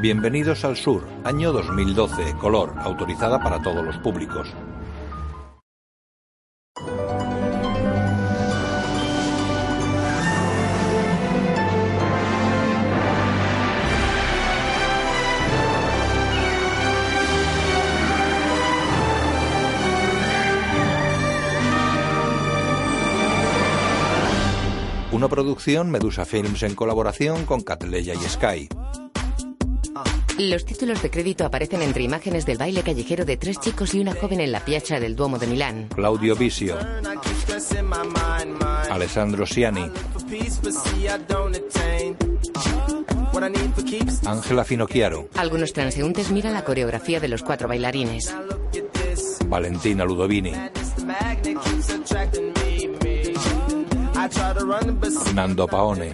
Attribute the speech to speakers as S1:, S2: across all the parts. S1: Bienvenidos al Sur, año 2012, color, autorizada para todos los públicos. Una producción Medusa Films en colaboración con Catleya y Sky.
S2: Los títulos de crédito aparecen entre imágenes del baile callejero de tres chicos y una joven en la piazza del Duomo de Milán.
S1: Claudio Visio, Alessandro Siani, Ángela Finocchiaro,
S2: Algunos transeúntes miran la coreografía de los cuatro bailarines.
S1: Valentina Ludovini, Nando Paone,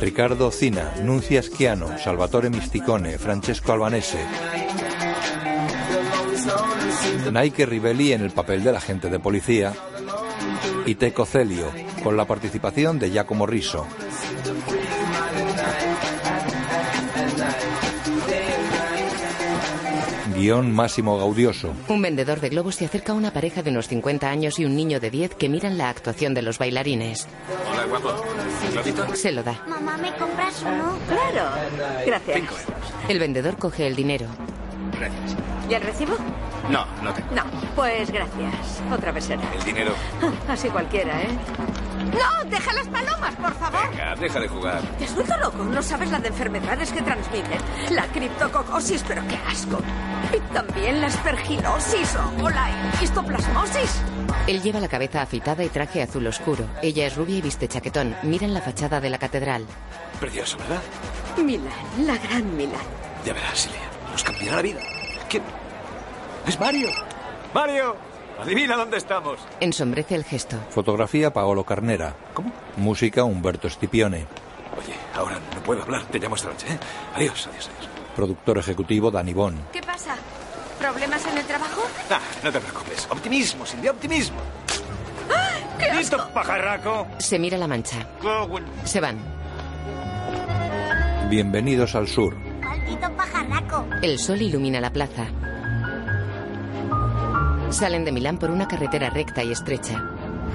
S1: Ricardo Cina, Nuncia Schiano, Salvatore Misticone, Francesco Albanese. Nike Rivelli en el papel del agente de policía y Teco Celio, con la participación de Giacomo Riso. Guión Máximo Gaudioso.
S2: Un vendedor de globos se acerca a una pareja de unos 50 años y un niño de 10 que miran la actuación de los bailarines.
S3: Hola, guapo. ¿Platito?
S2: Se lo da.
S4: Mamá, ¿me compras uno?
S5: Claro. Gracias.
S3: Cinco euros.
S2: El vendedor coge el dinero.
S3: Gracias.
S5: ¿Y el recibo?
S3: No, no tengo.
S5: No. Pues gracias. Otra persona.
S3: El dinero.
S5: Así cualquiera, ¿eh? ¡No! ¡Deja las palomas, por favor!
S3: Venga, deja de jugar.
S5: Te has vuelto loco. No sabes la de enfermedades que transmiten. La criptococosis, pero qué asco. Y también la aspergilosis o- o la histoplasmosis.
S2: Él lleva la cabeza afitada y traje azul oscuro. Ella es rubia y viste chaquetón. Miran la fachada de la catedral.
S3: Precioso, ¿verdad?
S5: Milán, la gran Milán.
S3: Ya verás, Silvia. Nos cambiará la vida. ¿Quién? ¡Es Mario! ¡Mario! Adivina dónde estamos.
S2: Ensombrece el gesto.
S1: Fotografía Paolo Carnera.
S3: ¿Cómo?
S1: Música Humberto Stipione.
S3: Oye, ahora no puedo hablar. Te llamo esta noche, ¿eh? Adiós, adiós, adiós.
S1: Productor ejecutivo Dani Bon.
S4: ¿Qué pasa? ¿Problemas en el trabajo?
S3: Ah, no te preocupes. Optimismo, Silvia, optimismo. ¿Listo, pajarraco?
S2: Se mira la mancha. Se van.
S1: Bienvenidos al Sur.
S4: Maldito pajarraco.
S2: El sol ilumina la plaza. Salen de Milán por una carretera recta y estrecha.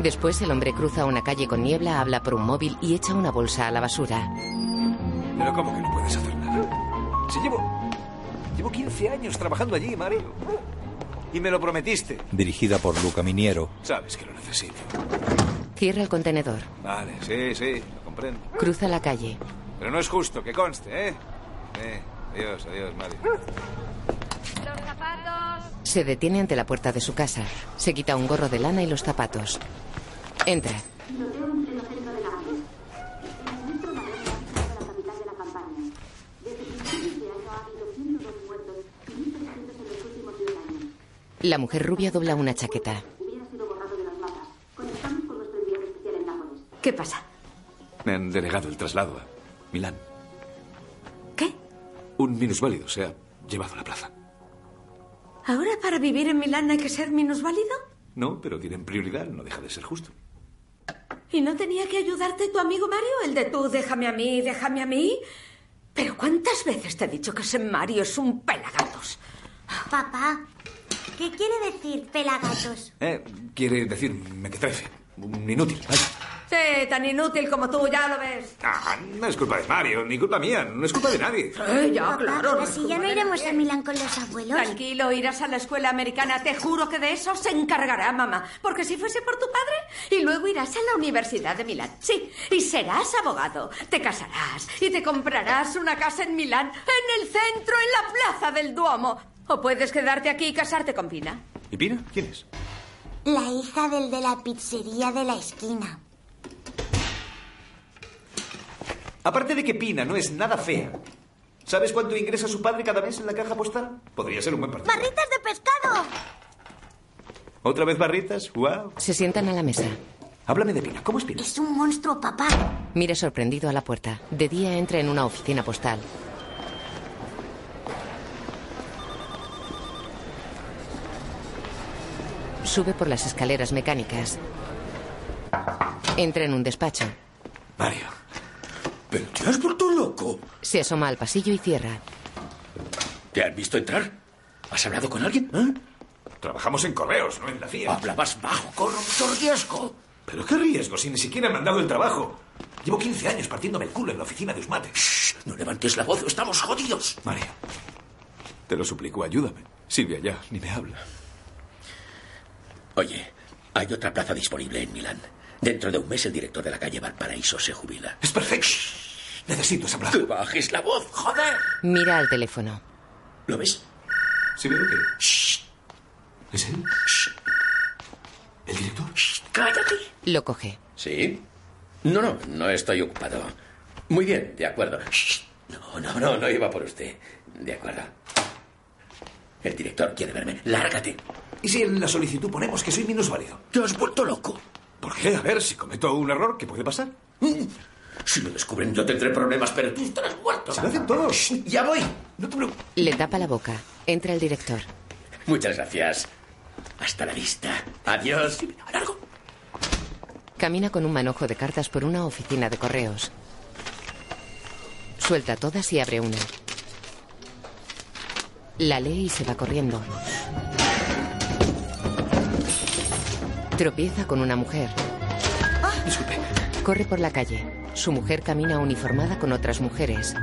S2: Después el hombre cruza una calle con niebla, habla por un móvil y echa una bolsa a la basura.
S3: Pero ¿cómo que no puedes hacer nada? Si llevo... Llevo 15 años trabajando allí, Mario. Y me lo prometiste.
S1: Dirigida por Luca Miniero.
S3: Sabes que lo necesito.
S2: Cierra el contenedor.
S3: Vale, sí, sí, lo comprendo.
S2: Cruza la calle.
S3: Pero no es justo, que conste, ¿eh? Eh, adiós, adiós, Mario.
S2: Se detiene ante la puerta de su casa. Se quita un gorro de lana y los zapatos. Entra. La mujer rubia dobla una chaqueta.
S5: ¿Qué pasa?
S3: Me han denegado el traslado a Milán.
S5: ¿Qué?
S3: Un minusválido se ha llevado a la plaza.
S5: ¿Ahora para vivir en Milán hay que ser minusválido?
S3: No, pero tienen prioridad, no deja de ser justo.
S5: ¿Y no tenía que ayudarte tu amigo Mario? El de tú, déjame a mí, déjame a mí. Pero ¿cuántas veces te he dicho que ese Mario es un pelagatos?
S4: Papá, ¿qué quiere decir pelagatos?
S3: Eh, quiere decir mequetrefe, un inútil. Vaya.
S5: Sí, tan inútil como tú, ya lo ves.
S3: Ah, no es culpa de Mario, ni culpa mía, no es culpa de nadie.
S5: Sí, ya,
S4: Papá,
S5: claro.
S4: pero pues si ya no iremos a Milán con los abuelos.
S5: Tranquilo, irás a la escuela americana. Te juro que de eso se encargará mamá. Porque si fuese por tu padre, y luego irás a la Universidad de Milán. Sí, y serás abogado. Te casarás y te comprarás una casa en Milán, en el centro, en la plaza del Duomo. O puedes quedarte aquí y casarte con Pina.
S3: ¿Y Pina? ¿Quién es?
S4: La hija del de la pizzería de la esquina.
S3: Aparte de que Pina no es nada fea, ¿sabes cuánto ingresa su padre cada mes en la caja postal? Podría ser un buen partido.
S4: ¡Barritas de pescado!
S3: ¿Otra vez barritas? ¡Wow!
S2: Se sientan a la mesa.
S3: Háblame de Pina, ¿cómo es Pina?
S4: Es un monstruo, papá.
S2: Mira sorprendido a la puerta. De día entra en una oficina postal. Sube por las escaleras mecánicas. Entra en un despacho.
S3: Mario,
S6: ¿Pero te has vuelto loco?
S2: Se asoma al pasillo y cierra.
S6: ¿Te has visto entrar? ¿Has hablado con alguien? ¿Eh?
S3: Trabajamos en correos, no en la CIA.
S6: Hablabas bajo, corro mucho riesgo.
S3: ¿Pero qué riesgo si ni siquiera me han dado el trabajo? Llevo 15 años partiéndome el culo en la oficina de Usmate.
S6: Shh, no levantes la voz, o estamos jodidos.
S3: Mario, te lo suplico, ayúdame. Silvia ya ni me habla.
S6: Oye, hay otra plaza disponible en Milán. Dentro de un mes el director de la calle Valparaíso se jubila.
S3: Es perfecto. Necesito esa plaza.
S6: ¡Que bajes la voz, joder!
S2: Mira al teléfono.
S6: ¿Lo ves?
S3: Sí veo que...
S6: Shh,
S3: ¿Es él? ¿El director?
S6: shh, cállate.
S2: Lo coge.
S6: ¿Sí? No, no, no estoy ocupado. Muy bien, de acuerdo. Shh, No, no, no, no iba por usted. De acuerdo. El director quiere verme. Lárgate.
S3: ¿Y si en la solicitud ponemos que soy minusválido?
S6: Te has vuelto loco.
S3: ¿Por qué? A ver, si cometo un error, ¿qué puede pasar?
S6: Mm. Si lo descubren, yo tendré problemas, pero tú estarás muerto.
S3: Se lo hacen todos.
S6: Shh, Ya voy.
S3: No te preocupes.
S2: Le tapa la boca. Entra el director.
S6: Muchas gracias. Hasta la vista. Adiós. Largo.
S2: Camina con un manojo de cartas por una oficina de correos. Suelta todas y abre una. La lee y se va corriendo. Tropieza con una mujer.
S3: Ah, Disculpe.
S2: Corre por la calle. Su mujer camina uniformada con otras mujeres.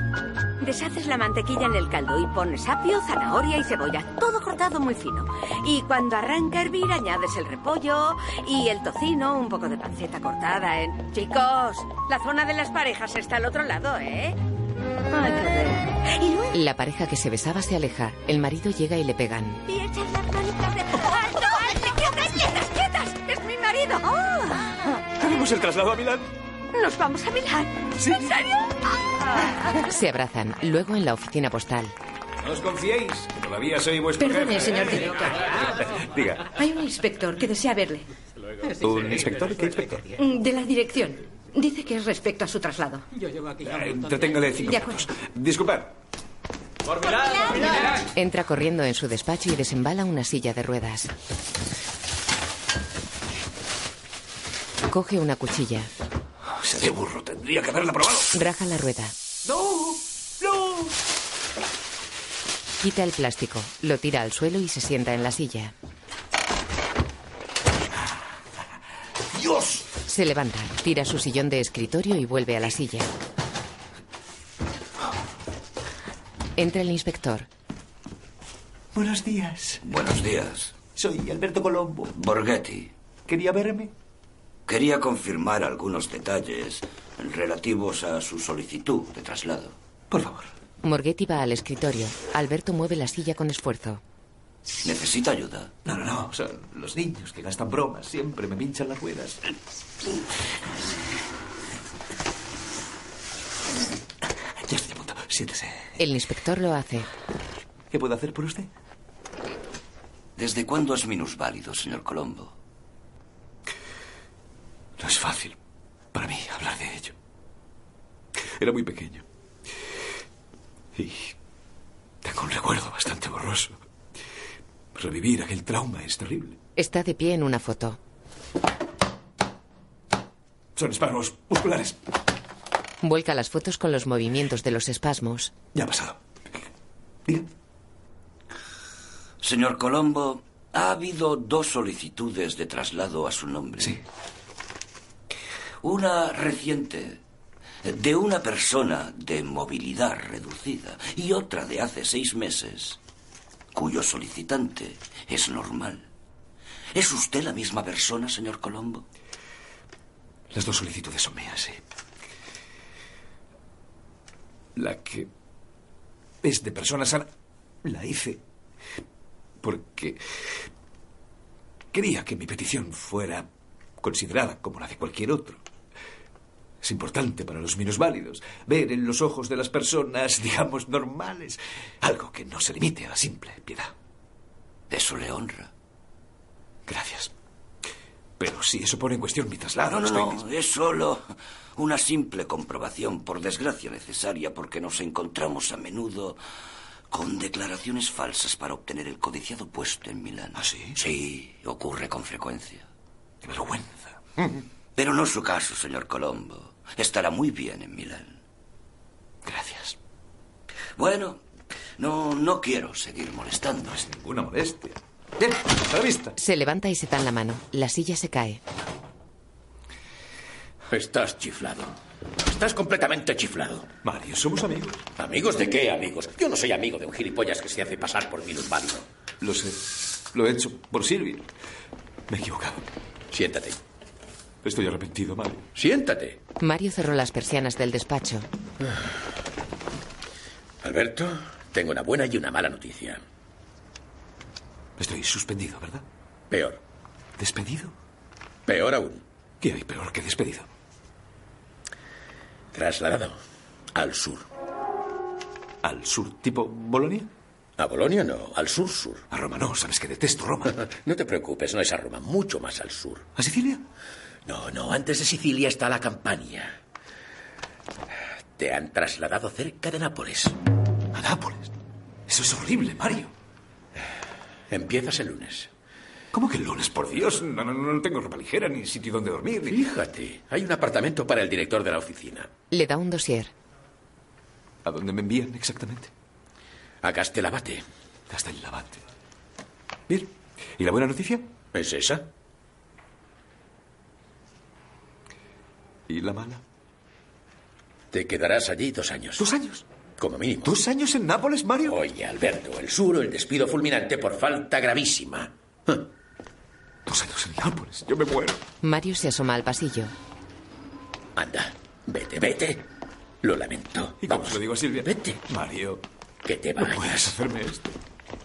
S5: Deshaces la mantequilla en el caldo y pones apio, zanahoria y cebolla, todo cortado muy fino. Y cuando arranca a hervir, añades el repollo y el tocino, un poco de panceta cortada en... Chicos, la zona de las parejas está al otro lado, ¿eh? Ay, qué bien. Y luego...
S2: La pareja que se besaba se aleja. El marido llega y le pegan.
S5: Y echas las manitas de... ¡Alto, alto! ¡Quietas, quietas, quietas! ¡Es mi marido!
S4: Ah.
S5: ¡Oh!
S3: ¿Tenemos el traslado a Milán?
S5: ¿Nos vamos a Milán? ¿En serio?
S4: Ah.
S2: Se abrazan. Luego en la oficina postal.
S3: No os confiéis. que Todavía soy vuestro
S7: Perdone,
S3: jefe,
S7: señor
S3: ¿eh?
S7: director.
S3: Diga,
S7: Hay un inspector que desea verle.
S3: ¿un inspector? ¿Qué inspector?
S7: Mm, De la dirección. Dice que es respecto a su traslado.
S3: Eh, Entreténgale cinco
S7: De acuerdo.
S3: minutos. Disculpad.
S2: Entra corriendo en su despacho y desembala una silla de ruedas. Coge una cuchilla.
S3: Seré burro, tendría que haberla probado.
S2: Raja la rueda.
S3: ¡No! ¡No!
S2: Quita el plástico. Lo tira al suelo y se sienta en la silla.
S3: ¡Dios!
S2: Se levanta. Tira su sillón de escritorio y vuelve a la silla. Entra el inspector.
S3: Buenos días.
S8: Buenos días.
S3: Soy Alberto Colombo.
S8: Borghetti,
S3: ¿Quería verme?
S8: quería confirmar algunos detalles relativos a su solicitud de traslado.
S3: Por favor.
S2: Morghetti va al escritorio. Alberto mueve la silla con esfuerzo.
S8: ¿Necesita ayuda?
S3: No, no, no. O sea, los niños que gastan bromas siempre me pinchan las ruedas. Ya estoy a punto. Siéntese.
S2: El inspector lo hace.
S3: ¿Qué puedo hacer por usted?
S8: ¿Desde cuándo es minusválido, señor Colombo?
S3: No es fácil para mí hablar de ello. Era muy pequeño. Y tengo un recuerdo bastante borroso. Revivir aquel trauma es terrible.
S2: Está de pie en una foto.
S3: Son espasmos musculares.
S2: Vuelca las fotos con los movimientos de los espasmos.
S3: Ya ha pasado. Diga.
S8: Señor Colombo, ha habido dos solicitudes de traslado a su nombre.
S3: Sí.
S8: Una reciente de una persona de movilidad reducida y otra de hace seis meses, cuyo solicitante es normal. ¿Es usted la misma persona, señor Colombo?
S3: Las dos solicitudes son mías, sí. La que es de persona sana la hice porque quería que mi petición fuera considerada como la de cualquier otro. Es importante para los minusválidos ver en los ojos de las personas, digamos, normales, algo que no se limite a la simple piedad.
S8: Eso le honra.
S3: Gracias. Pero si eso pone en cuestión mi
S8: No,
S3: traslado,
S8: no,
S3: estoy
S8: no, es solo una simple comprobación, por desgracia necesaria, porque nos encontramos a menudo con declaraciones falsas para obtener el codiciado puesto en Milán.
S3: ¿Ah, sí?
S8: Sí, ocurre con frecuencia.
S3: Qué vergüenza.
S8: Pero no es su caso, señor Colombo. Estará muy bien en Milán. Bueno, no, no quiero seguir molestando. este.
S3: Ninguna molestia. Bien, a la vista.
S2: Se levanta y se dan la mano. La silla se cae.
S9: Estás chiflado. Estás completamente chiflado.
S3: Mario, somos amigos.
S9: ¿Amigos de qué amigos? Yo no soy amigo de un gilipollas que se hace pasar por virus válido.
S3: Lo sé. Lo he hecho por Silvia. Me he equivocado.
S9: Siéntate.
S3: Estoy arrepentido, Mario.
S9: Siéntate.
S2: Mario cerró las persianas del despacho.
S9: Alberto, tengo una buena y una mala noticia.
S3: Estoy suspendido, ¿verdad?
S9: Peor.
S3: ¿Despedido?
S9: Peor aún.
S3: ¿Qué hay peor que despedido?
S9: Trasladado al sur.
S3: ¿Al sur tipo Bolonia?
S9: A Bolonia no, al sur-sur.
S3: A Roma no, sabes que detesto Roma.
S9: No te preocupes, no es a Roma, mucho más al sur.
S3: ¿A Sicilia?
S9: No, no, antes de Sicilia está la Campania. Te han trasladado cerca de Nápoles.
S3: ¿A Nápoles? Eso es horrible, Mario.
S9: Empiezas el lunes.
S3: ¿Cómo que el lunes? Por Dios, no, no, no tengo ropa ligera ni sitio donde dormir. ni-
S9: Fíjate, hay un apartamento para el director de la oficina.
S2: Le da un dossier.
S3: ¿A dónde me envían exactamente?
S9: A Castelabate.
S3: Hasta el lavante. Bien. ¿Y la buena noticia?
S9: ¿Es esa?
S3: ¿Y la mala?
S9: Te quedarás allí dos años.
S3: ¿Dos años?
S9: Como mínimo.
S3: ¿Dos años en Nápoles, Mario?
S9: Oye, Alberto, el sur o el despido fulminante por falta gravísima.
S3: Dos años en Nápoles. Yo me muero.
S2: Mario se asoma al pasillo.
S9: Anda, vete, vete. Lo lamento.
S3: ¿Y cómo
S9: Vamos,
S3: se lo digo a Silvia?
S9: Vete.
S3: Mario,
S9: que te
S3: no puedes
S9: vayas.
S3: hacerme esto.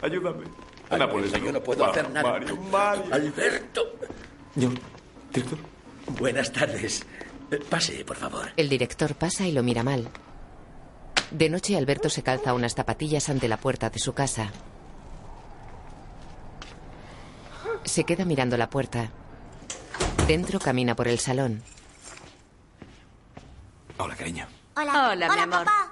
S3: Ayúdame. A
S9: Alberto,
S3: Nápoles.
S9: yo no puedo
S3: Va,
S9: hacer nada.
S3: Mario, Mario.
S9: Alberto.
S3: Señor, director.
S9: Buenas tardes. Eh, Pase, por favor.
S2: El director pasa y lo mira mal. De noche Alberto se calza unas zapatillas ante la puerta de su casa. Se queda mirando la puerta. Dentro camina por el salón.
S3: Hola, cariño.
S4: Hola.
S5: Hola, mi amor.
S4: papá.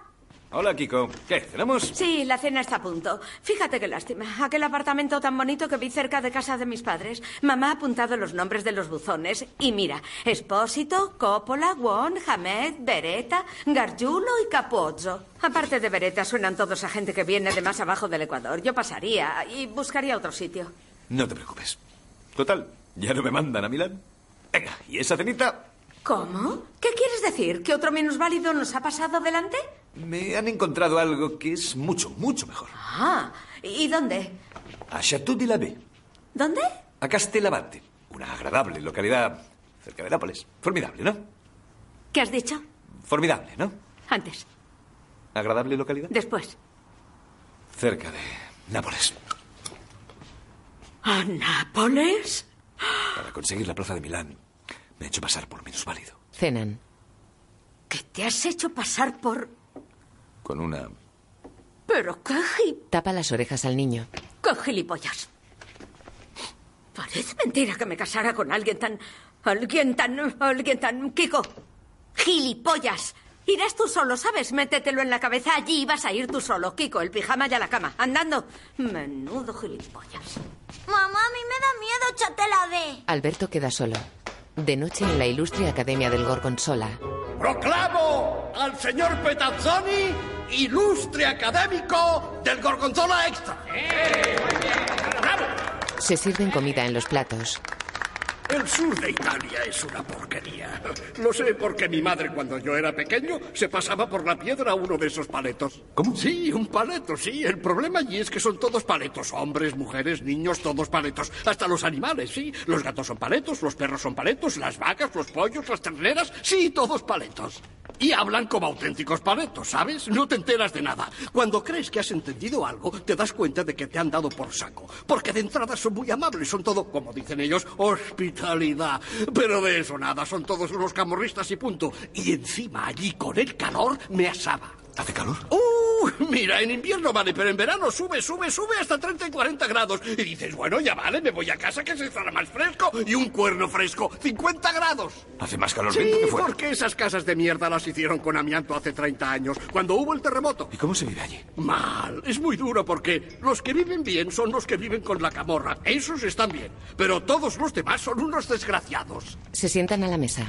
S3: Hola, Kiko. ¿Qué? ¿Cenamos?
S5: Sí, la cena está a punto. Fíjate qué lástima. Aquel apartamento tan bonito que vi cerca de casa de mis padres. Mamá ha apuntado los nombres de los buzones. Y mira, Espósito, Coppola, Won, Hamed, Beretta, Gargiulo y Capozzo. Aparte de Beretta, suenan todos a gente que viene de más abajo del Ecuador. Yo pasaría y buscaría otro sitio.
S3: No te preocupes. Total, ya no me mandan a Milán. Venga, ¿y esa cenita?
S5: ¿Cómo? ¿Qué quieres decir? ¿Que otro minusválido nos ha pasado delante?
S3: Me han encontrado algo que es mucho, mucho mejor.
S5: Ah, ¿y dónde?
S3: A Chateau de la Baie,
S5: ¿Dónde?
S3: a Castellabate. Una agradable localidad cerca de Nápoles. Formidable, ¿no?
S5: ¿Qué has dicho?
S3: Formidable, ¿no?
S5: Antes,
S3: Agradable localidad.
S5: después.
S3: Cerca de Nápoles.
S5: ¿A Nápoles?
S3: Para conseguir la plaza de Milán, me he hecho pasar por minusválido.
S2: Cenan.
S5: ¿Que te has hecho pasar por...
S3: Con una...
S5: Pero qué, gi-
S2: Tapa las orejas al niño.
S5: qué gilipollas. Parece mentira que me casara con alguien tan... Alguien tan... Alguien tan... Kiko. Gilipollas. Irás tú solo, ¿sabes? Métetelo en la cabeza. Allí vas a ir tú solo, Kiko. El pijama y a la cama. Andando. Menudo gilipollas.
S4: Mamá, a mí me da miedo, chatela B.
S2: Alberto queda solo. De noche en la ilustre Academia del Gorgonzola.
S6: Proclamo al señor Petazzoni ilustre académico del Gorgonzola Extra.
S2: Se sirven comida en los platos.
S6: El sur de Italia es una porquería. Lo sé porque mi madre cuando yo era pequeño se pasaba por la piedra uno de esos paletos.
S3: ¿Cómo?
S6: Sí, un paleto, sí. El problema allí es que son todos paletos. Hombres, mujeres, niños, todos paletos. Hasta los animales, sí. Los gatos son paletos, los perros son paletos, las vacas, los pollos, las terneras, sí, todos paletos. Y hablan como auténticos paletos, ¿sabes? No te enteras de nada. Cuando crees que has entendido algo, te das cuenta de que te han dado por saco. Porque de entrada son muy amables, son todo, como dicen ellos, hospitalidad. Pero de eso nada, son todos unos camorristas y punto. Y encima allí, con el calor, me asaba.
S3: ¿Hace calor?
S6: ¡Uh! Mira, en invierno vale, pero en verano sube, sube, sube hasta 30 y 40 grados. Y dices, bueno, ya vale, me voy a casa que se estará más fresco. Y un cuerno fresco, 50 grados.
S3: Hace más calor
S6: Sí,
S3: dentro que fuera.
S6: porque esas casas de mierda las hicieron con amianto hace 30 años, cuando hubo el terremoto.
S3: ¿Y cómo se vive allí?
S6: Mal, es muy duro porque los que viven bien son los que viven con la camorra. Esos están bien, pero todos los demás son unos desgraciados.
S2: Se sientan a la mesa.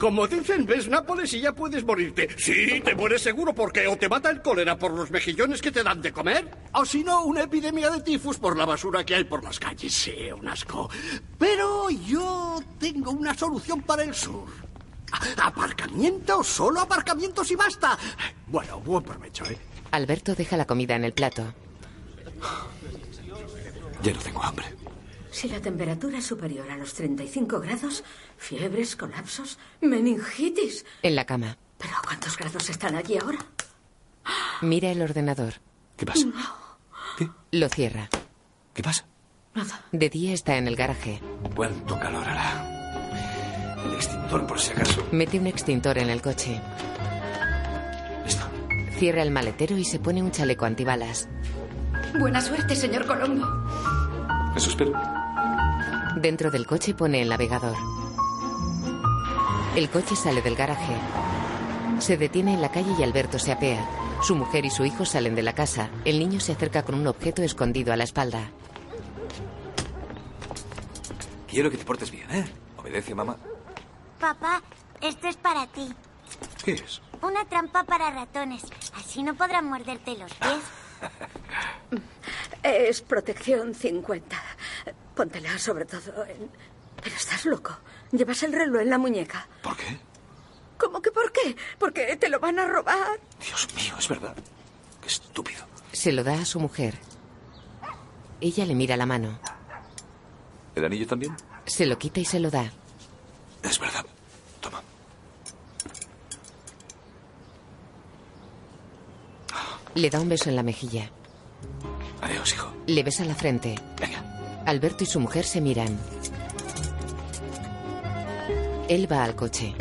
S6: Como dicen, ves Nápoles y ya puedes morirte. Sí, te mueres seguro porque o te mata el cólera por los mejillones que te dan de comer, o si no, una epidemia de tifus por la basura que hay por las calles. Sí, un asco. Pero yo tengo una solución para el sur. A- Aparcamiento, solo aparcamientos y basta. Bueno, buen provecho, ¿eh?
S2: Alberto deja la comida en el plato.
S10: Ya no tengo hambre.
S5: Si la temperatura es superior a los 35 grados, fiebres, colapsos, meningitis.
S2: En la cama.
S5: ¿Pero a cuántos grados están allí ahora?
S2: Mira el ordenador.
S10: ¿Qué pasa?
S2: Lo cierra.
S10: ¿Qué pasa?
S2: De día está en el garaje.
S10: ¿Cuánto calor hará? El extintor, por si acaso.
S2: Mete un extintor en el coche.
S10: Listo.
S2: Cierra el maletero y se pone un chaleco antibalas.
S11: Buena suerte, señor Colombo.
S10: Eso espero.
S2: Dentro del coche pone el navegador. El coche sale del garaje. Se detiene en la calle y Alberto se apea. Su mujer y su hijo salen de la casa. El niño se acerca con un objeto escondido a la espalda.
S10: Quiero que te portes bien, ¿eh? Obedece, mamá.
S4: Papá, esto es para ti.
S10: ¿Qué es?
S4: Una trampa para ratones. Así no podrán morderte los pies.
S5: Es protección 50. Póntela sobre todo en... Pero estás loco. Llevas el reloj en la muñeca.
S10: ¿Por qué?
S5: ¿Cómo que por qué? Porque te lo van a robar.
S10: Dios mío, es verdad. Qué estúpido.
S2: Se lo da a su mujer. Ella le mira la mano.
S10: ¿El anillo también?
S2: Se lo quita y se lo da.
S10: Es verdad. Toma.
S2: Le da un beso en la mejilla.
S10: Adiós, hijo.
S2: Le besa la frente.
S10: Venga.
S2: Alberto y su mujer se miran. Él va al coche.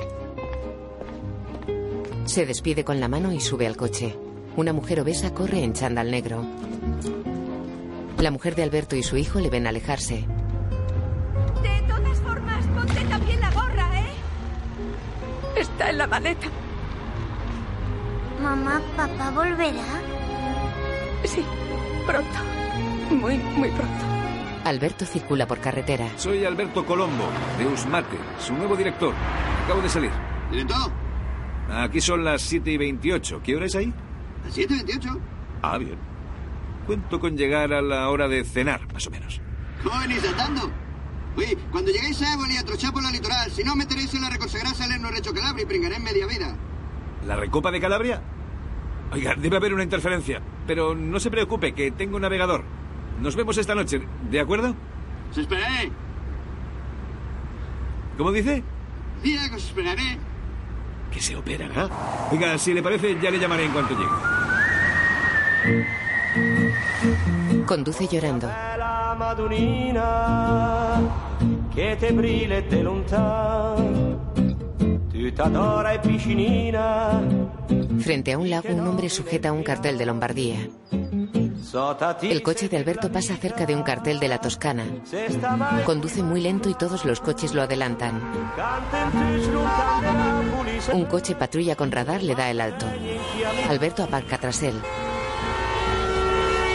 S2: Se despide con la mano y sube al coche. Una mujer obesa corre en chándal negro. La mujer de Alberto y su hijo le ven alejarse.
S5: De todas formas, ponte también la gorra, ¿eh? Está en la maleta.
S4: Mamá, papá volverá.
S5: Sí, pronto. Muy, muy pronto.
S2: Alberto circula por carretera.
S3: Soy Alberto Colombo, de Usmate, su nuevo director. Acabo de salir.
S12: ¿Director?
S3: Aquí son las 7 y 28. ¿Qué hora es ahí?
S12: ¿728?
S3: Ah, bien. Cuento con llegar a la hora de cenar, más o menos.
S12: ¿Cómo venís saltando? Oye, cuando lleguéis a Éboli, atrochad por la litoral. Si no, os meteréis en la reconsagrada Salerno Recho Calabria y pringaréis media vida.
S3: ¿La recopa de Calabria? Oiga, debe haber una interferencia. Pero no se preocupe, que tengo un navegador. Nos vemos esta noche, ¿de acuerdo?
S12: ¡Os esperaré!
S3: ¿Cómo dice?
S12: Mira que os esperaré.
S3: Que se operará. Oiga, si le parece, ya le llamaré en cuanto llegue.
S2: Conduce llorando.
S8: la Madonnina che te brilla e te lontana. Tutta d'ora e piccinina,
S2: Frente a un lago, un hombre sujeta un cartel de Lombardía.
S8: sota ti
S2: El coche de Alberto pasa cerca de un cartel de la Toscana. Conduce muy lento y todos los coches lo adelantan.
S8: cantentrice lontana della pulizia.
S2: Un coche patrulla con radar le da el alto. Alberto aparca tras él.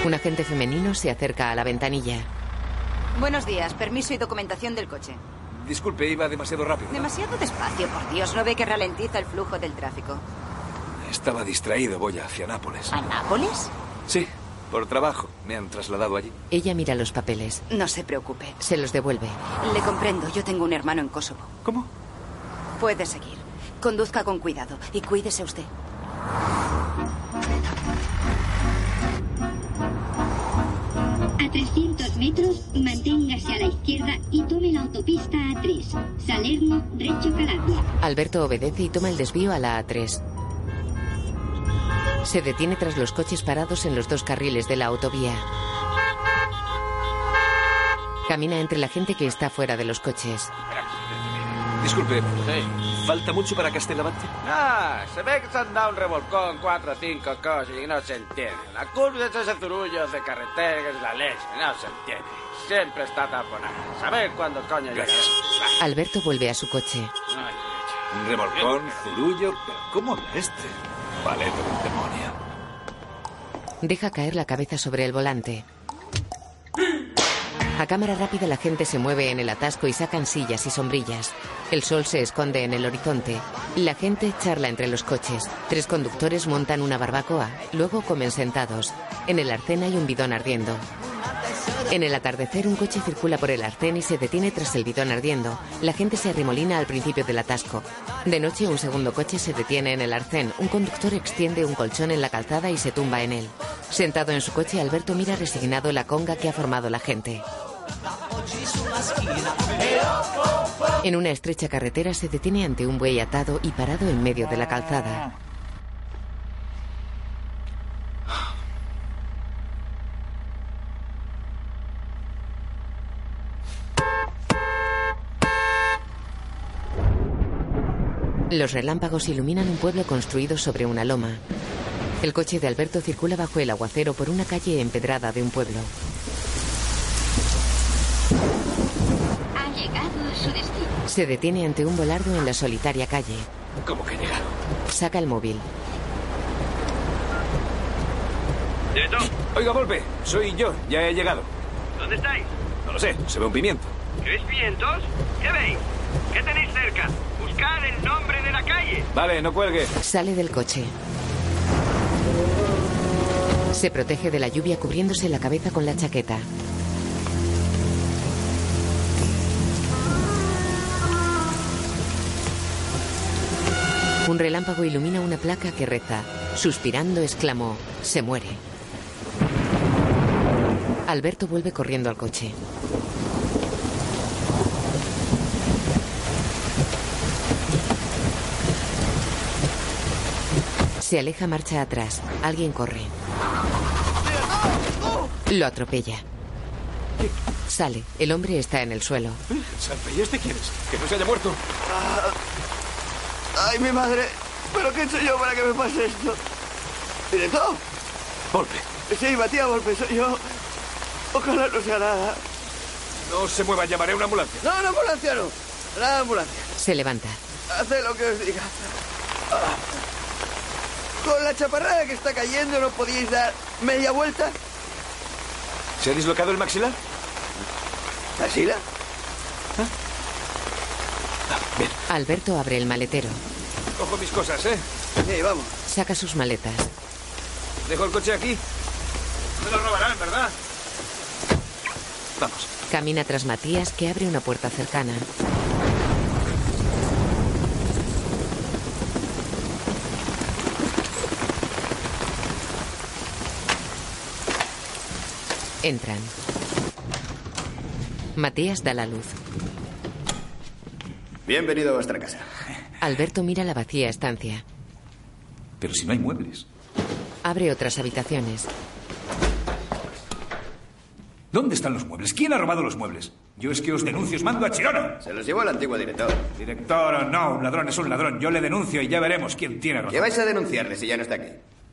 S2: Un agente femenino se acerca a la ventanilla.
S13: Buenos días, permiso y documentación del coche.
S3: Disculpe, iba demasiado rápido.
S13: Demasiado despacio, por Dios, no ve que ralentiza el flujo del tráfico.
S3: Estaba distraído, voy hacia Nápoles.
S13: ¿A Nápoles?
S3: Sí, por trabajo. Me han trasladado allí.
S2: Ella mira los papeles.
S13: No se preocupe.
S2: Se los devuelve.
S13: Le comprendo, yo tengo un hermano en Kosovo.
S3: ¿Cómo?
S13: Puede seguir. Conduzca con cuidado y cuídese usted.
S14: A 300 metros, manténgase a la izquierda y tome la autopista A3, Salerno, Recho Calabria.
S2: Alberto obedece y toma el desvío a la A3. Se detiene tras los coches parados en los dos carriles de la autovía. Camina entre la gente que está fuera de los coches.
S3: Disculpe, ¿falta mucho para Castellavante?
S15: Ah, se ve que se han dado un revolcón, cuatro o cinco cosas y no se entiende. La curva es ese zurullo de carretera que es la leche, no se entiende. Siempre está taponada. Saber cuándo coño llega.
S2: Alberto vuelve a su coche.
S3: Un revolcón, zurullo. pero ¿Cómo habla este? Paleto del demonio.
S2: Deja caer la cabeza sobre el volante. A cámara rápida la gente se mueve en el atasco y sacan sillas y sombrillas. El sol se esconde en el horizonte. La gente charla entre los coches. Tres conductores montan una barbacoa. Luego comen sentados. En el arcén hay un bidón ardiendo. En el atardecer un coche circula por el arcén y se detiene tras el bidón ardiendo. La gente se arrimolina al principio del atasco. De noche un segundo coche se detiene en el arcén. Un conductor extiende un colchón en la calzada y se tumba en él. Sentado en su coche, Alberto mira resignado la conga que ha formado la gente. En una estrecha carretera se detiene ante un buey atado y parado en medio de la calzada. Los relámpagos iluminan un pueblo construido sobre una loma. El coche de Alberto circula bajo el aguacero por una calle empedrada de un pueblo.
S16: Ha llegado a su destino.
S2: Se detiene ante un volardo en la solitaria calle.
S17: ¿Cómo que llega?
S2: Saca el móvil.
S3: ¿Director? Oiga, Volpe, soy yo, ya he llegado.
S18: ¿Dónde estáis?
S3: No lo sé, se ve un pimiento.
S18: ¿Veis vientos? ¿Qué veis? ¿Qué tenéis cerca? Buscad el nombre de la calle.
S3: Vale, no cuelgue.
S2: Sale del coche. Se protege de la lluvia cubriéndose la cabeza con la chaqueta. Un relámpago ilumina una placa que reza. Suspirando exclamó, se muere. Alberto vuelve corriendo al coche. Se aleja marcha atrás. Alguien corre. Lo atropella. Sale. El hombre está en el suelo.
S3: Salve, ¿y este quién es? Que no se haya muerto.
S19: Ay, mi madre. ¿Pero qué he hecho yo para que me pase esto? ¿Directo?
S3: Volpe.
S19: Sí, Matías Volpe, soy yo. Ojalá no sea nada.
S3: No se mueva, llamaré a una ambulancia.
S19: No, una ambulancia no. La ambulancia.
S2: Se levanta.
S19: Haced lo que os diga. Ah. Con la chaparrada que está cayendo, ¿no podíais dar media vuelta?
S3: ¿Se ha dislocado el maxilar?
S19: ¿Asila?
S2: Alberto abre el maletero.
S3: Cojo mis cosas, ¿eh?
S19: Sí, vamos.
S2: Saca sus maletas.
S3: Dejo el coche aquí. No lo robarán, ¿verdad? Vamos.
S2: Camina tras Matías que abre una puerta cercana. Entran. Matías da la luz.
S20: Bienvenido a vuestra casa.
S2: Alberto mira la vacía estancia.
S20: Pero si no hay muebles.
S2: Abre otras habitaciones.
S20: ¿Dónde están los muebles? ¿Quién ha robado los muebles? Yo es que os denuncio, os mando a Chirona. Se los llevó el antiguo director. Director o no, un ladrón es un ladrón. Yo le denuncio y ya veremos quién tiene razón. ¿Qué vais a denunciarle si ya no está aquí?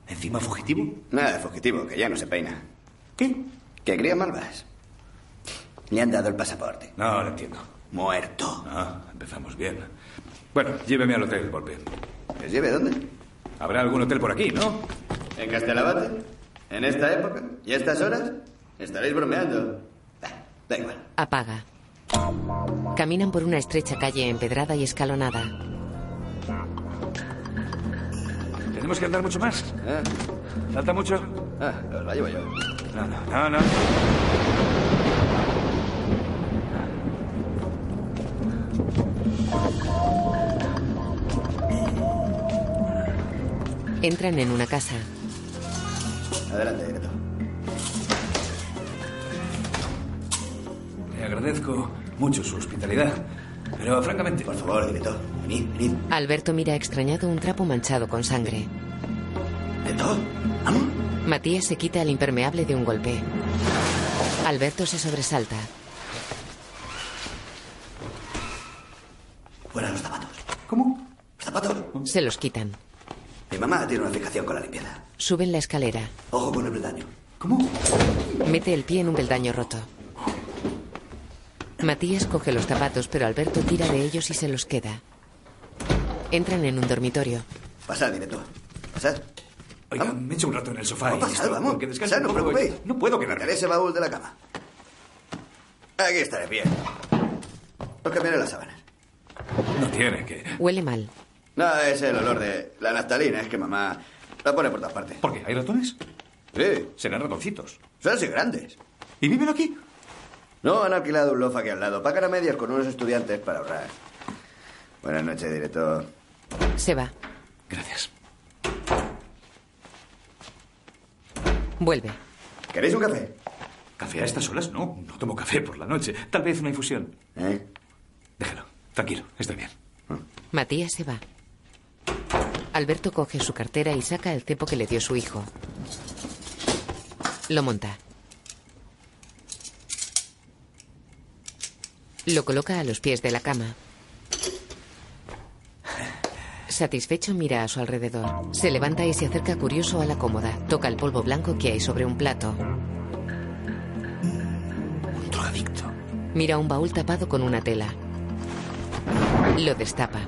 S21: ¿Encima fugitivo?
S20: Nada de fugitivo, que ya no se peina.
S21: ¿Qué?
S20: Que cría malvas. Le han dado el pasaporte.
S21: No, lo entiendo.
S20: Muerto.
S21: Ah, empezamos bien. Bueno, lléveme al hotel, Volpe.
S20: ¿Les lleve dónde?
S21: Habrá algún hotel por aquí, ¿no?
S20: ¿En Castelabate? ¿En esta época? ¿Y a estas horas? Estaréis bromeando. Da, da igual.
S2: Apaga. Caminan por una estrecha calle empedrada y escalonada.
S3: Tenemos que andar mucho más.
S20: Ah,
S3: ¿Falta mucho?
S20: ah, os la llevo yo.
S3: No, no, no, no.
S2: Entran en una casa.
S20: Adelante, director.
S21: Le agradezco mucho su hospitalidad. Pero francamente.
S20: Por favor, director. Venid, venid.
S2: Alberto mira extrañado un trapo manchado con sangre.
S20: ¿Director?
S2: Matías se quita el impermeable de un golpe. Alberto se sobresalta.
S20: Fuera los zapatos.
S21: ¿Cómo?
S20: Los zapatos.
S2: Se los quitan.
S20: Mi mamá tiene una fijación con la limpieza.
S2: Suben la escalera.
S20: Ojo con el peldaño.
S21: ¿Cómo?
S2: Mete el pie en un peldaño roto. Matías coge los zapatos, pero Alberto tira de ellos y se los queda. Entran en un dormitorio.
S20: Pasad, director. Pasad.
S21: Oiga, me echo un rato en el sofá y.
S20: Pasad,
S21: esto,
S20: vamos.
S21: porque descanse
S20: Pasad, no
S21: un
S20: os
S21: poco y-
S20: preocupéis.
S21: No puedo
S20: Quitaré
S21: quedarme.
S20: ese baúl de la cama. Aquí estaré bien. Os cambiaré las sábanas.
S3: tiene que...?
S2: Huele mal.
S12: No, es el olor de la naftalina, es que mamá la pone por todas partes.
S3: ¿Por qué? ¿Hay ratones?
S12: Sí.
S3: Serán ratoncitos.
S12: Son así grandes.
S3: ¿Y viven aquí?
S12: No, han alquilado un loft aquí al lado. Pagan a medias con unos estudiantes para ahorrar. Buenas noches, director.
S2: Se va.
S12: Gracias.
S2: Vuelve.
S12: ¿Queréis un café?
S3: ¿Café a estas horas? No, no tomo café por la noche. Tal vez una infusión.
S12: ¿Eh?
S3: Déjalo. Tranquilo, estoy bien.
S2: Matías se va. Alberto coge su cartera y saca el cepo que le dio su hijo. Lo monta. Lo coloca a los pies de la cama. Satisfecho mira a su alrededor. Se levanta y se acerca curioso a la cómoda. Toca el polvo blanco que hay sobre un plato.
S3: Un drogadicto.
S2: Mira un baúl tapado con una tela. Lo destapa.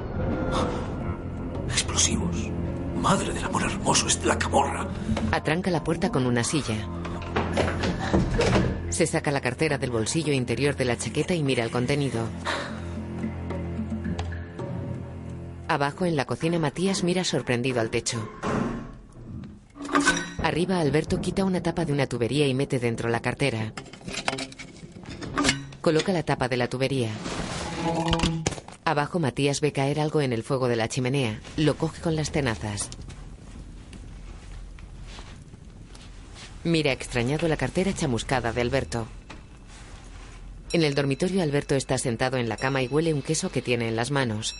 S3: Explosivos. Madre del amor hermoso, es la camorra.
S2: Atranca la puerta con una silla. Se saca la cartera del bolsillo interior de la chaqueta y mira el contenido. Abajo en la cocina Matías mira sorprendido al techo. Arriba Alberto quita una tapa de una tubería y mete dentro la cartera. Coloca la tapa de la tubería. Abajo Matías ve caer algo en el fuego de la chimenea. Lo coge con las tenazas. Mira extrañado la cartera chamuscada de Alberto. En el dormitorio Alberto está sentado en la cama y huele un queso que tiene en las manos.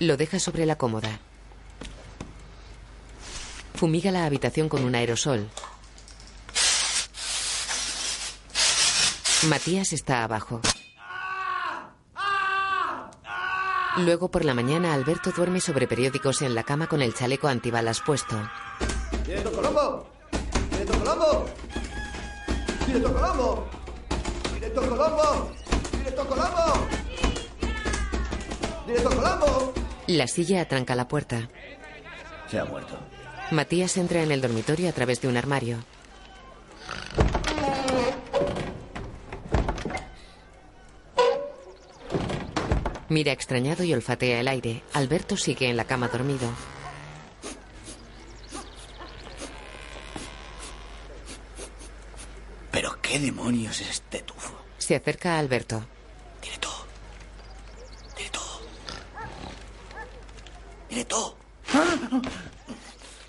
S2: Lo deja sobre la cómoda. Fumiga la habitación con un aerosol. Matías está abajo. Luego por la mañana Alberto duerme sobre periódicos en la cama con el chaleco antibalas puesto.
S12: ¡Directo Colombo! ¡Directo Colombo! ¡Directo Colombo! ¡Directo Colombo! ¡Directo Colombo! ¡Directo Colombo!
S2: La silla atranca la puerta.
S12: Se ha muerto.
S2: Matías entra en el dormitorio a través de un armario. Mira extrañado y olfatea el aire. Alberto sigue en la cama dormido.
S8: ¿Pero qué demonios es este tufo?
S2: Se acerca a Alberto.
S8: Directo.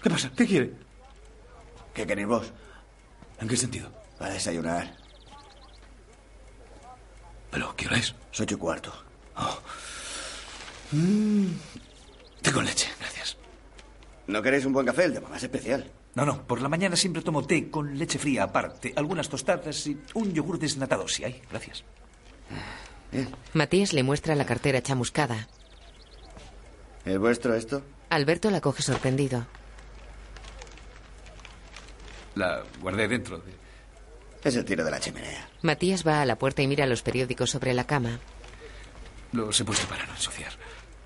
S3: ¿Qué pasa? ¿Qué quiere?
S12: ¿Qué queréis vos?
S3: ¿En qué sentido?
S12: A desayunar.
S3: ¿Pero qué hora es?
S12: Ocho y cuarto. Oh.
S3: Té con leche, gracias.
S12: Mm. ¿No queréis un buen café? El de mamá es especial.
S3: No, no, por la mañana siempre tomo té con leche fría aparte, algunas tostadas y un yogur desnatado, si hay. Gracias.
S2: Matías le muestra la cartera chamuscada.
S12: ¿Es vuestro esto?
S2: Alberto la coge sorprendido.
S3: La guardé dentro. de-
S12: Es el tiro de la chimenea.
S2: Matías va a la puerta y mira los periódicos sobre la cama.
S3: Los he puesto para no ensuciar.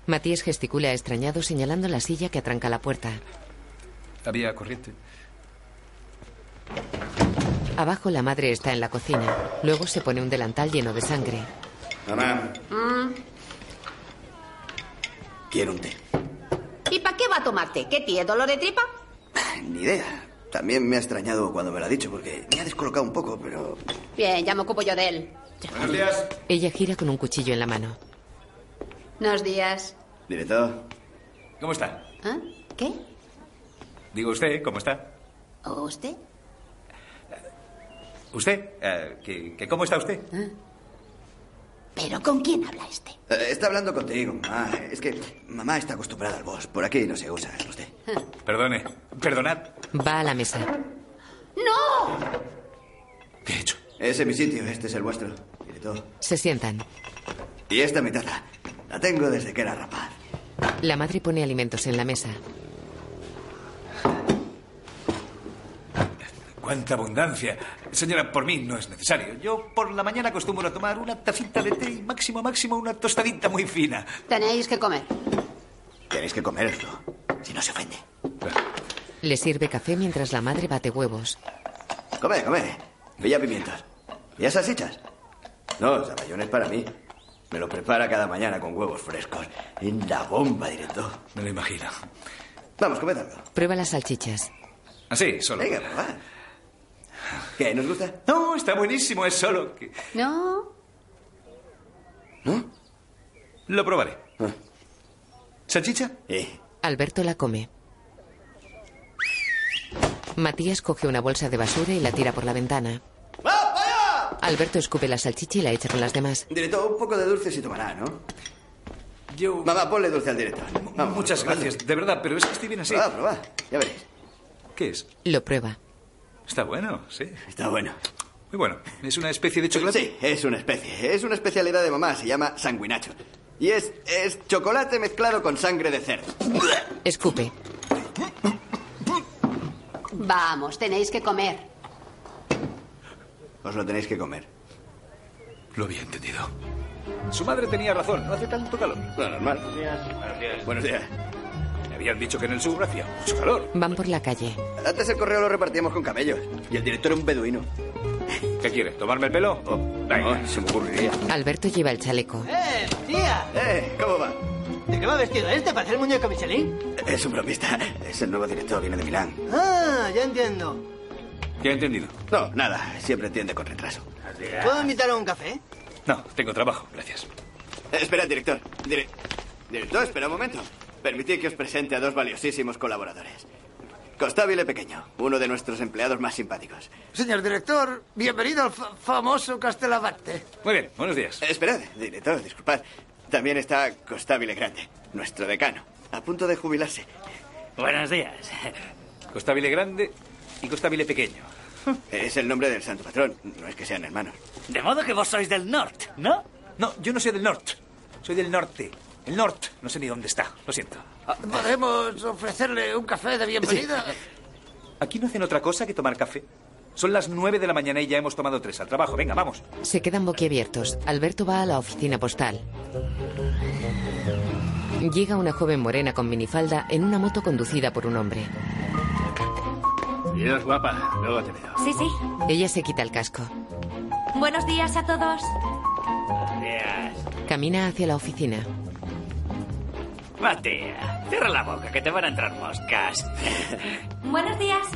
S2: Matías gesticula extrañado señalando la silla que atranca la puerta.
S3: Había corriente.
S2: Abajo la madre está en la cocina. Luego se pone un delantal lleno de sangre.
S12: Mamá,
S22: Ah.
S12: quiero un té.
S22: ¿Y para qué va a tomarte? ¿Qué tiene dolor de tripa?
S12: Ni idea. También me ha extrañado cuando me lo ha dicho porque me ha descolocado un poco, pero...
S22: Bien, ya me ocupo yo de él.
S12: Buenos días.
S2: Ella gira con un cuchillo en la mano.
S22: Buenos días.
S12: Director.
S3: ¿Cómo está?
S22: ¿Ah? ¿Qué?
S3: Digo usted, ¿cómo está?
S22: ¿O usted?
S3: ¿Usted? eh, ¿que, que ¿Cómo está usted?
S22: Ah. ¿Pero con quién habla este?
S12: Eh, está hablando contigo, mamá. Es que mamá está acostumbrada al vos. Por aquí no se usa, ¿eh? usted.
S3: Perdone. Perdonad.
S2: Va a la mesa.
S22: ¡No!
S12: Ese es mi sitio, este es el vuestro. Director.
S2: Se sientan.
S12: Y esta es mi taza. La tengo desde que era rapaz.
S2: La madre pone alimentos en la mesa.
S3: ¡Cuánta abundancia! Señora, por mí no es necesario. Yo por la mañana acostumbro a tomar una tacita de té y máximo, máximo una tostadita muy fina.
S22: Tenéis que comer.
S12: Tenéis que comeroslo. Si no se ofende.
S2: Le sirve café mientras la madre bate huevos.
S12: Come, come. Pilla pimientos. ¿Pilla salsichas? No, sabayones para mí. Me lo prepara cada mañana con huevos frescos. En la bomba, directo.
S3: Me lo imagino.
S12: Vamos, comed algo.
S2: Prueba las salchichas.
S3: Así, Ah, solo.
S12: Venga, papá. ¿Qué? ¿Nos gusta?
S3: No, está buenísimo, es solo. que-
S22: No.
S3: Lo probaré. ¿Salchicha?
S2: Alberto la come. Matías coge una bolsa de basura y la tira por la ventana. Alberto escupe la salchicha y la echa con las demás.
S12: Director, un poco de dulce si tomará, ¿no? Yo... Mamá, ponle dulce al director.
S3: Muchas gracias, de verdad, pero es que estoy bien así.
S12: Probad, probad. Ya veréis.
S3: ¿Qué es?
S2: Lo prueba.
S3: Está bueno, sí.
S12: Está bueno.
S3: Muy bueno. ¿Es una especie de chocolate?
S12: Sí, es una especie. Es una especialidad de mamá. Se llama sanguinacho. Y es, es chocolate mezclado con sangre de cerdo.
S2: Escupe.
S22: Vamos, tenéis que comer.
S12: Os lo tenéis que comer.
S3: Lo había entendido. Su madre tenía razón, no hace tanto calor.
S12: Lo normal.
S3: Buenos días.
S12: Buenos días.
S3: Me habían dicho que en el sur hacía mucho calor.
S2: Van por la calle.
S12: Antes el correo lo repartíamos con camellos. Y el director era un beduino.
S3: ¿Qué quiere? ¿Tomarme el pelo? Oh, venga.
S12: se me ocurriría.
S2: Alberto lleva el chaleco.
S6: ¡Tía!
S12: ¡Eh! ¿Cómo va?
S6: ¿De qué va vestido este? ¿Para hacer el muñeco Michelin?
S12: Es un bromista. Es el nuevo director, viene de Milán.
S6: Ah, ya entiendo.
S3: ¿Qué ha entendido?
S12: No, nada. Siempre entiende con retraso.
S6: ¿Puedo invitar a un café?
S3: No, tengo trabajo, gracias.
S12: Eh, espera, director. Dire- Director, espera un momento. Permitid que os presente a dos valiosísimos colaboradores. Costabile Pequeño, uno de nuestros empleados más simpáticos.
S6: Señor director, bienvenido al fa- famoso Castellabate.
S3: Muy bien, buenos días.
S12: Eh, Esperad, director, disculpad. También está Costabile Grande, nuestro decano, a punto de jubilarse.
S3: Buenos días. Costabile grande y costabile pequeño.
S12: Es el nombre del santo patrón, no es que sean hermanos.
S9: De modo que vos sois del norte, ¿no?
S3: No, yo no soy del norte. Soy del norte. El norte. No sé ni dónde está. Lo siento.
S6: Ah, ¿Podemos ofrecerle un café de bienvenida?
S3: Aquí no hacen otra cosa que tomar café. Son las nueve de la mañana y ya hemos tomado tres. Al trabajo, venga, vamos.
S2: Se quedan boquiabiertos. Alberto va a la oficina postal. Llega una joven morena con minifalda en una moto conducida por un hombre.
S23: Dios guapa, luego te veo.
S2: Sí, sí. Ella se quita el casco.
S14: Buenos días a todos.
S2: Camina hacia la oficina.
S9: Matea, cierra la boca, que te van a entrar moscas.
S14: Buenos días.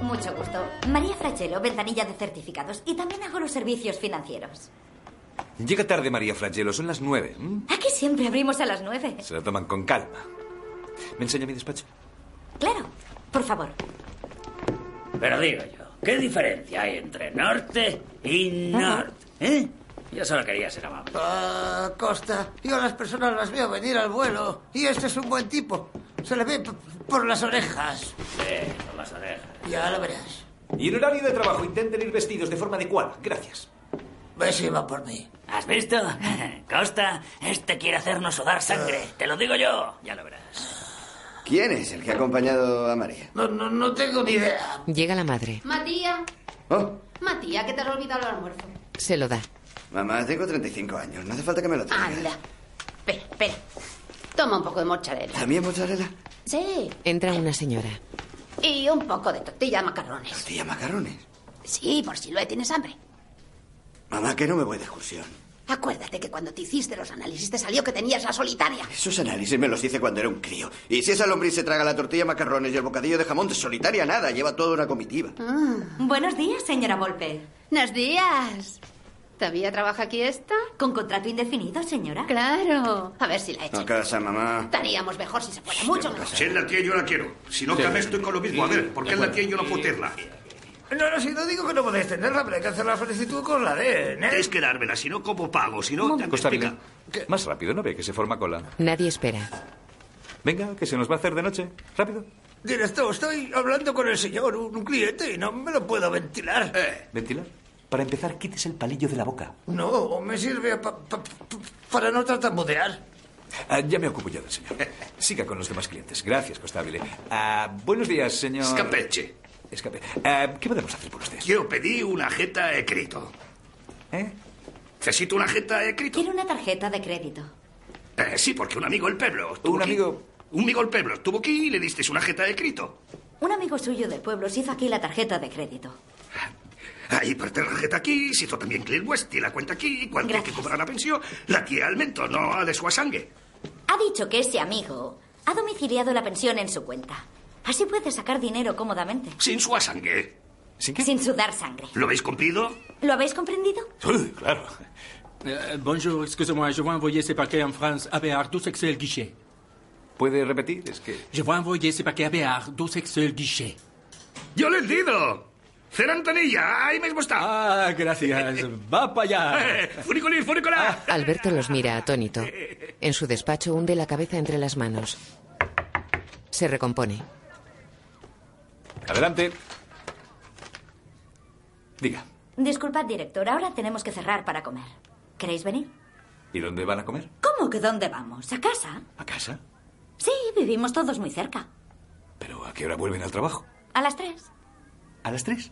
S14: Mucho gusto. María Frachelo, ventanilla de certificados. Y también hago los servicios financieros.
S3: Llega tarde María Frangelo, son las nueve. ¿m?
S14: Aquí siempre abrimos a las nueve.
S3: Se lo toman con calma. ¿Me enseña mi despacho?
S14: Claro. Por favor.
S9: Pero digo yo, ¿qué diferencia hay entre norte y norte? ¿Eh? Yo solo quería ser amable.
S6: Ah, Costa, yo a las personas las veo venir al vuelo y este es un buen tipo. Se le ve p- por las orejas.
S9: Sí, por las orejas.
S6: Ya lo verás.
S3: Y en horario de trabajo intenten ir vestidos de forma adecuada. Gracias.
S6: Ve si va por mí.
S9: ¿Has visto? Costa, este quiere hacernos sudar sangre. Te lo digo yo. Ya lo verás.
S12: ¿Quién es el que ha acompañado a María?
S6: No, no, no tengo ni idea.
S2: Llega la madre.
S22: Matías,
S12: Oh,
S22: Matías, que te has olvidado el almuerzo.
S2: Se lo da. Ah.
S12: mamá, tengo 35 años, no hace falta que me lo traiga.
S22: Anda. Espera, espera. Toma un poco de morcharela.
S12: ¿También mozzarella?
S22: Sí.
S2: Entra una señora.
S22: Y un poco de tortilla de macarrones.
S12: ¿Tortilla de macarrones?
S22: Sí, por si lo tienes hambre.
S12: Mamá, que no me voy de excursión.
S22: Acuérdate que cuando te hiciste los análisis te salió que tenías la solitaria.
S12: Esos análisis me los hice cuando era un crío. Y si esa lombriz se traga la tortilla de macarrones y el bocadillo de jamón de solitaria, nada, lleva toda una comitiva.
S8: Ah.
S14: Buenos días, señora Volpe.
S22: Buenos días. ¿Todavía trabaja aquí esta?
S14: ¿Con contrato indefinido, señora?
S22: Claro. A ver si la echan.
S12: A casa, mamá.
S22: Estaríamos mejor si se fuera mucho mejor.
S24: Si es la tía, yo la quiero. Si no, cada vez estoy con lo mismo. A ver,
S9: Eh,
S24: ¿por qué es la tía y yo no puedo tenerla?
S6: No, no, si no digo que no podéis tenerla, pero hay que hacer la solicitud con la DN.
S24: Es que dármela, si no, ¿cómo pago? Si no, te
S3: Costabile. Más rápido, ¿no ve que se forma cola?
S2: Nadie espera.
S3: Venga, que se nos va a hacer de noche. Rápido.
S6: Directo, estoy hablando con el señor, un, un cliente, y no me lo puedo ventilar.
S24: Eh.
S3: ¿Ventilar? Para empezar, quites el palillo de la boca.
S6: No, me sirve pa- pa- pa- para no tartamudear.
S3: Ah, ya me ocupo yo del señor. Siga con los demás clientes. Gracias, Costabile. Ah, buenos días, señor.
S24: Escapeche.
S3: Escape. Ah, ¿Qué podemos hacer por usted?
S24: Quiero pedir una jeta de crédito.
S3: ¿Eh?
S24: ¿Necesito una jeta de crédito?
S14: Quiero una tarjeta de crédito.
S24: Eh, sí, porque un amigo del pueblo. ¿Un amigo? Un amigo del pueblo estuvo aquí y le diste una jeta de crédito.
S14: Un amigo suyo del pueblo se hizo aquí la tarjeta de crédito.
S25: Ahí parte la tarjeta aquí, si hizo también Clint West y la cuenta aquí, cuando hay que cobrar la pensión, la tía Almento, no a de su asangue.
S14: Ha dicho que ese amigo ha domiciliado la pensión en su cuenta. Así puede sacar dinero cómodamente.
S25: Sin su asangue.
S14: ¿Sin Sin sudar sangre.
S25: ¿Lo habéis cumplido?
S14: ¿Lo habéis comprendido?
S25: Sí, claro.
S1: Eh, bonjour, excusez-moi, je vais envoyer ce paquet en France Ah, à Béar, 12 Excel Guichet.
S3: ¿Puede repetir? Es que...
S1: Je vais envoyer ce paquet à Béar, 12 Excel Guichet.
S25: ¡Yo le he dicho! ¡Cera Antonilla! ¡Ahí mismo está!
S1: Ah, gracias. Va para allá.
S25: Eh, ¡Funiculín, funicolá!
S2: Alberto los mira atónito. En su despacho hunde la cabeza entre las manos. Se recompone.
S3: Adelante. Diga,
S14: Disculpad, director, ahora tenemos que cerrar para comer. ¿Queréis venir?
S3: ¿y dónde van a comer?
S14: ¿Cómo que dónde vamos? ¿A casa?
S3: ¿A casa?
S14: Sí, vivimos todos muy cerca.
S3: ¿Pero a qué hora vuelven al trabajo?
S14: A las tres.
S3: ¿A las tres?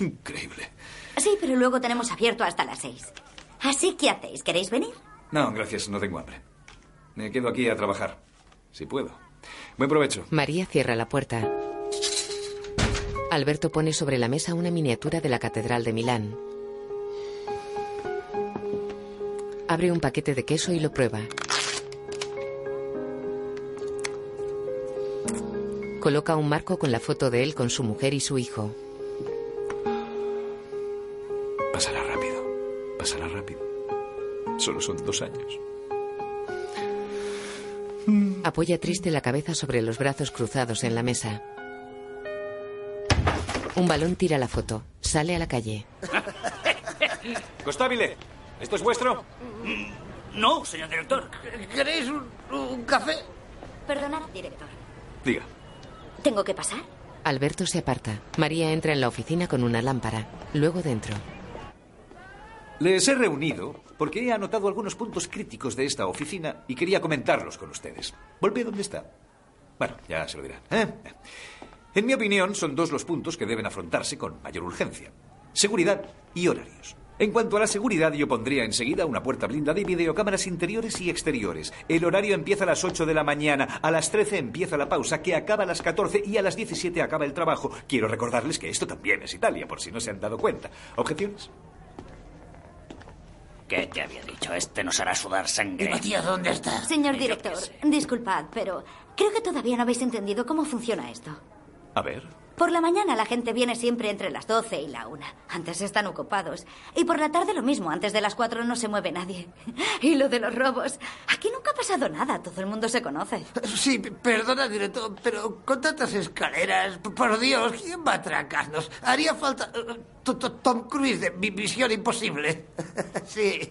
S3: Increíble.
S14: Sí, pero luego tenemos abierto hasta las seis. Así que hacéis, ¿queréis venir?
S3: No, gracias, no tengo hambre. Me quedo aquí a trabajar, si puedo. Buen provecho.
S2: María cierra la puerta. Alberto pone sobre la mesa una miniatura de la Catedral de Milán. Abre un paquete de queso y lo prueba. Coloca un marco con la foto de él con su mujer y su hijo.
S3: Pasará rápido. Pasará rápido. Solo son dos años.
S2: Apoya triste la cabeza sobre los brazos cruzados en la mesa. Un balón tira la foto. Sale a la calle.
S3: Costabile, ¿esto es vuestro?
S6: No, señor director. ¿Queréis un, un café?
S14: Perdonad, director.
S3: Diga.
S14: ¿Tengo que pasar?
S2: Alberto se aparta. María entra en la oficina con una lámpara. Luego dentro.
S3: Les he reunido porque he anotado algunos puntos críticos de esta oficina y quería comentarlos con ustedes. Volvé donde está. Bueno, ya se lo dirán. ¿eh? En mi opinión, son dos los puntos que deben afrontarse con mayor urgencia. Seguridad y horarios. En cuanto a la seguridad, yo pondría enseguida una puerta blindada y videocámaras interiores y exteriores. El horario empieza a las 8 de la mañana, a las 13 empieza la pausa, que acaba a las 14 y a las 17 acaba el trabajo. Quiero recordarles que esto también es Italia, por si no se han dado cuenta. ¿Objeciones?
S9: ¿Qué te había dicho? Este nos hará sudar sangre.
S6: dónde está?
S14: Señor director, disculpad, pero creo que todavía no habéis entendido cómo funciona esto.
S3: A ver.
S14: Por la mañana la gente viene siempre entre las 12 y la 1. Antes están ocupados. Y por la tarde lo mismo. Antes de las 4 no se mueve nadie. Y lo de los robos. Aquí nunca ha pasado nada. Todo el mundo se conoce.
S6: Sí, p- perdona, director, pero con tantas escaleras, p- por Dios, ¿quién va a atracarnos? Haría falta eh, to- to- Tom Cruise de mi misión imposible. sí.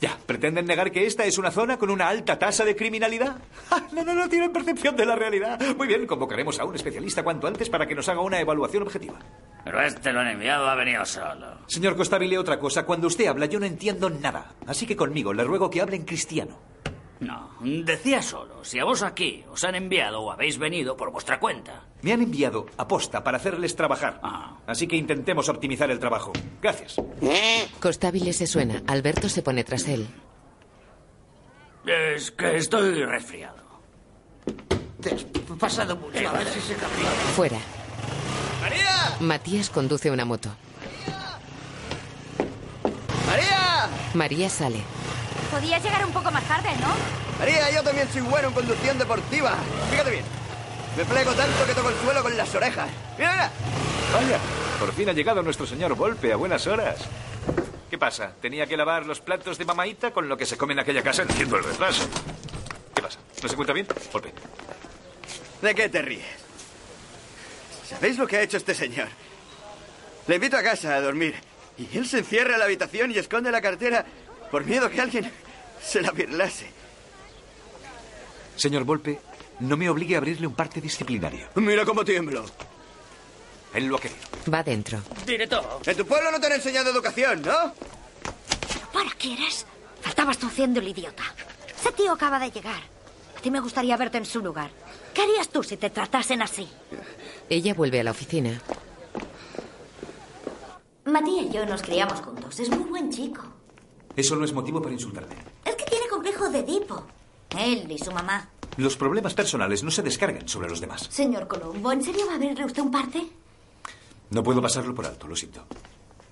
S3: Ya, ¿pretenden negar que esta es una zona con una alta tasa de criminalidad? ¡Ja! No, no, no tienen percepción de la realidad. Muy bien, convocaremos a un especialista cuanto antes para que nos haga una evaluación objetiva.
S9: Pero este lo han enviado, ha venido solo.
S3: Señor Costabile, otra cosa. Cuando usted habla, yo no entiendo nada. Así que conmigo, le ruego que hable en cristiano.
S9: No, decía solo, si a vos aquí os han enviado o habéis venido por vuestra cuenta.
S3: Me han enviado aposta para hacerles trabajar.
S9: Ah.
S3: Así que intentemos optimizar el trabajo. Gracias.
S2: Costabile se suena. Alberto se pone tras él.
S9: Es que estoy resfriado.
S6: Pasado mucho. A ver si se cambia.
S2: Fuera. Matías conduce una moto.
S19: ¡María!
S2: María sale.
S14: Podías llegar un poco más tarde, ¿no?
S19: María, yo también soy bueno en conducción deportiva. Fíjate bien. Me plego tanto que toco el suelo con las orejas. ¡Mira, mira!
S3: Vaya, por fin ha llegado nuestro señor Volpe a buenas horas. ¿Qué pasa? ¿Tenía que lavar los platos de mamaita con lo que se come en aquella casa? Entiendo el retraso. ¿Qué pasa? ¿No se cuenta bien? Volpe.
S12: ¿De qué te ríes? ¿Sabéis lo que ha hecho este señor? Le invito a casa a dormir. Y él se encierra en la habitación y esconde la cartera por miedo que alguien se la birlase.
S3: Señor Volpe, no me obligue a abrirle un parte disciplinario.
S12: Mira cómo tiemblo.
S3: Él lo ha querido.
S2: Va dentro.
S12: Directo. En tu pueblo no te han enseñado educación, ¿no?
S14: ¿Para qué eres? Faltabas tú haciendo el idiota. Ese tío acaba de llegar. A ti me gustaría verte en su lugar. ¿Qué harías tú si te tratasen así?
S2: Ella vuelve a la oficina.
S14: Matías y yo nos criamos juntos. Es muy buen chico.
S3: Eso no es motivo para insultarme.
S14: Es que tiene complejo de Edipo. Él y su mamá.
S3: Los problemas personales no se descargan sobre los demás.
S14: Señor Colombo, ¿en serio va a verle usted un parte?
S3: No puedo pasarlo por alto, lo siento.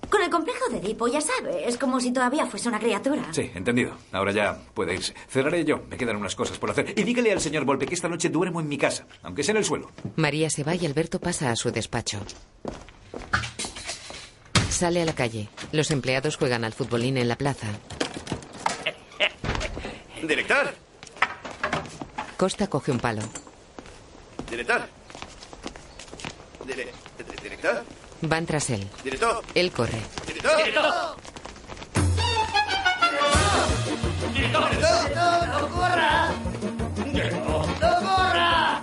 S14: Con el complejo de Edipo, ya sabe, es como si todavía fuese una criatura.
S2: Ah.
S3: Sí, entendido. Ahora ya puede irse. Cerraré yo. Me quedan unas cosas por hacer. Y dígale al señor Volpe que esta noche duermo en mi casa, aunque sea en el suelo.
S2: María se va y Alberto pasa a su despacho. Sale a la calle. Los empleados juegan al futbolín en la plaza.
S12: Director,
S2: Costa coge un palo.
S12: director. Dire- director,
S2: Van tras él.
S12: director,
S2: Él corre.
S12: director. Director.
S26: ¡No corra! ¡No corra!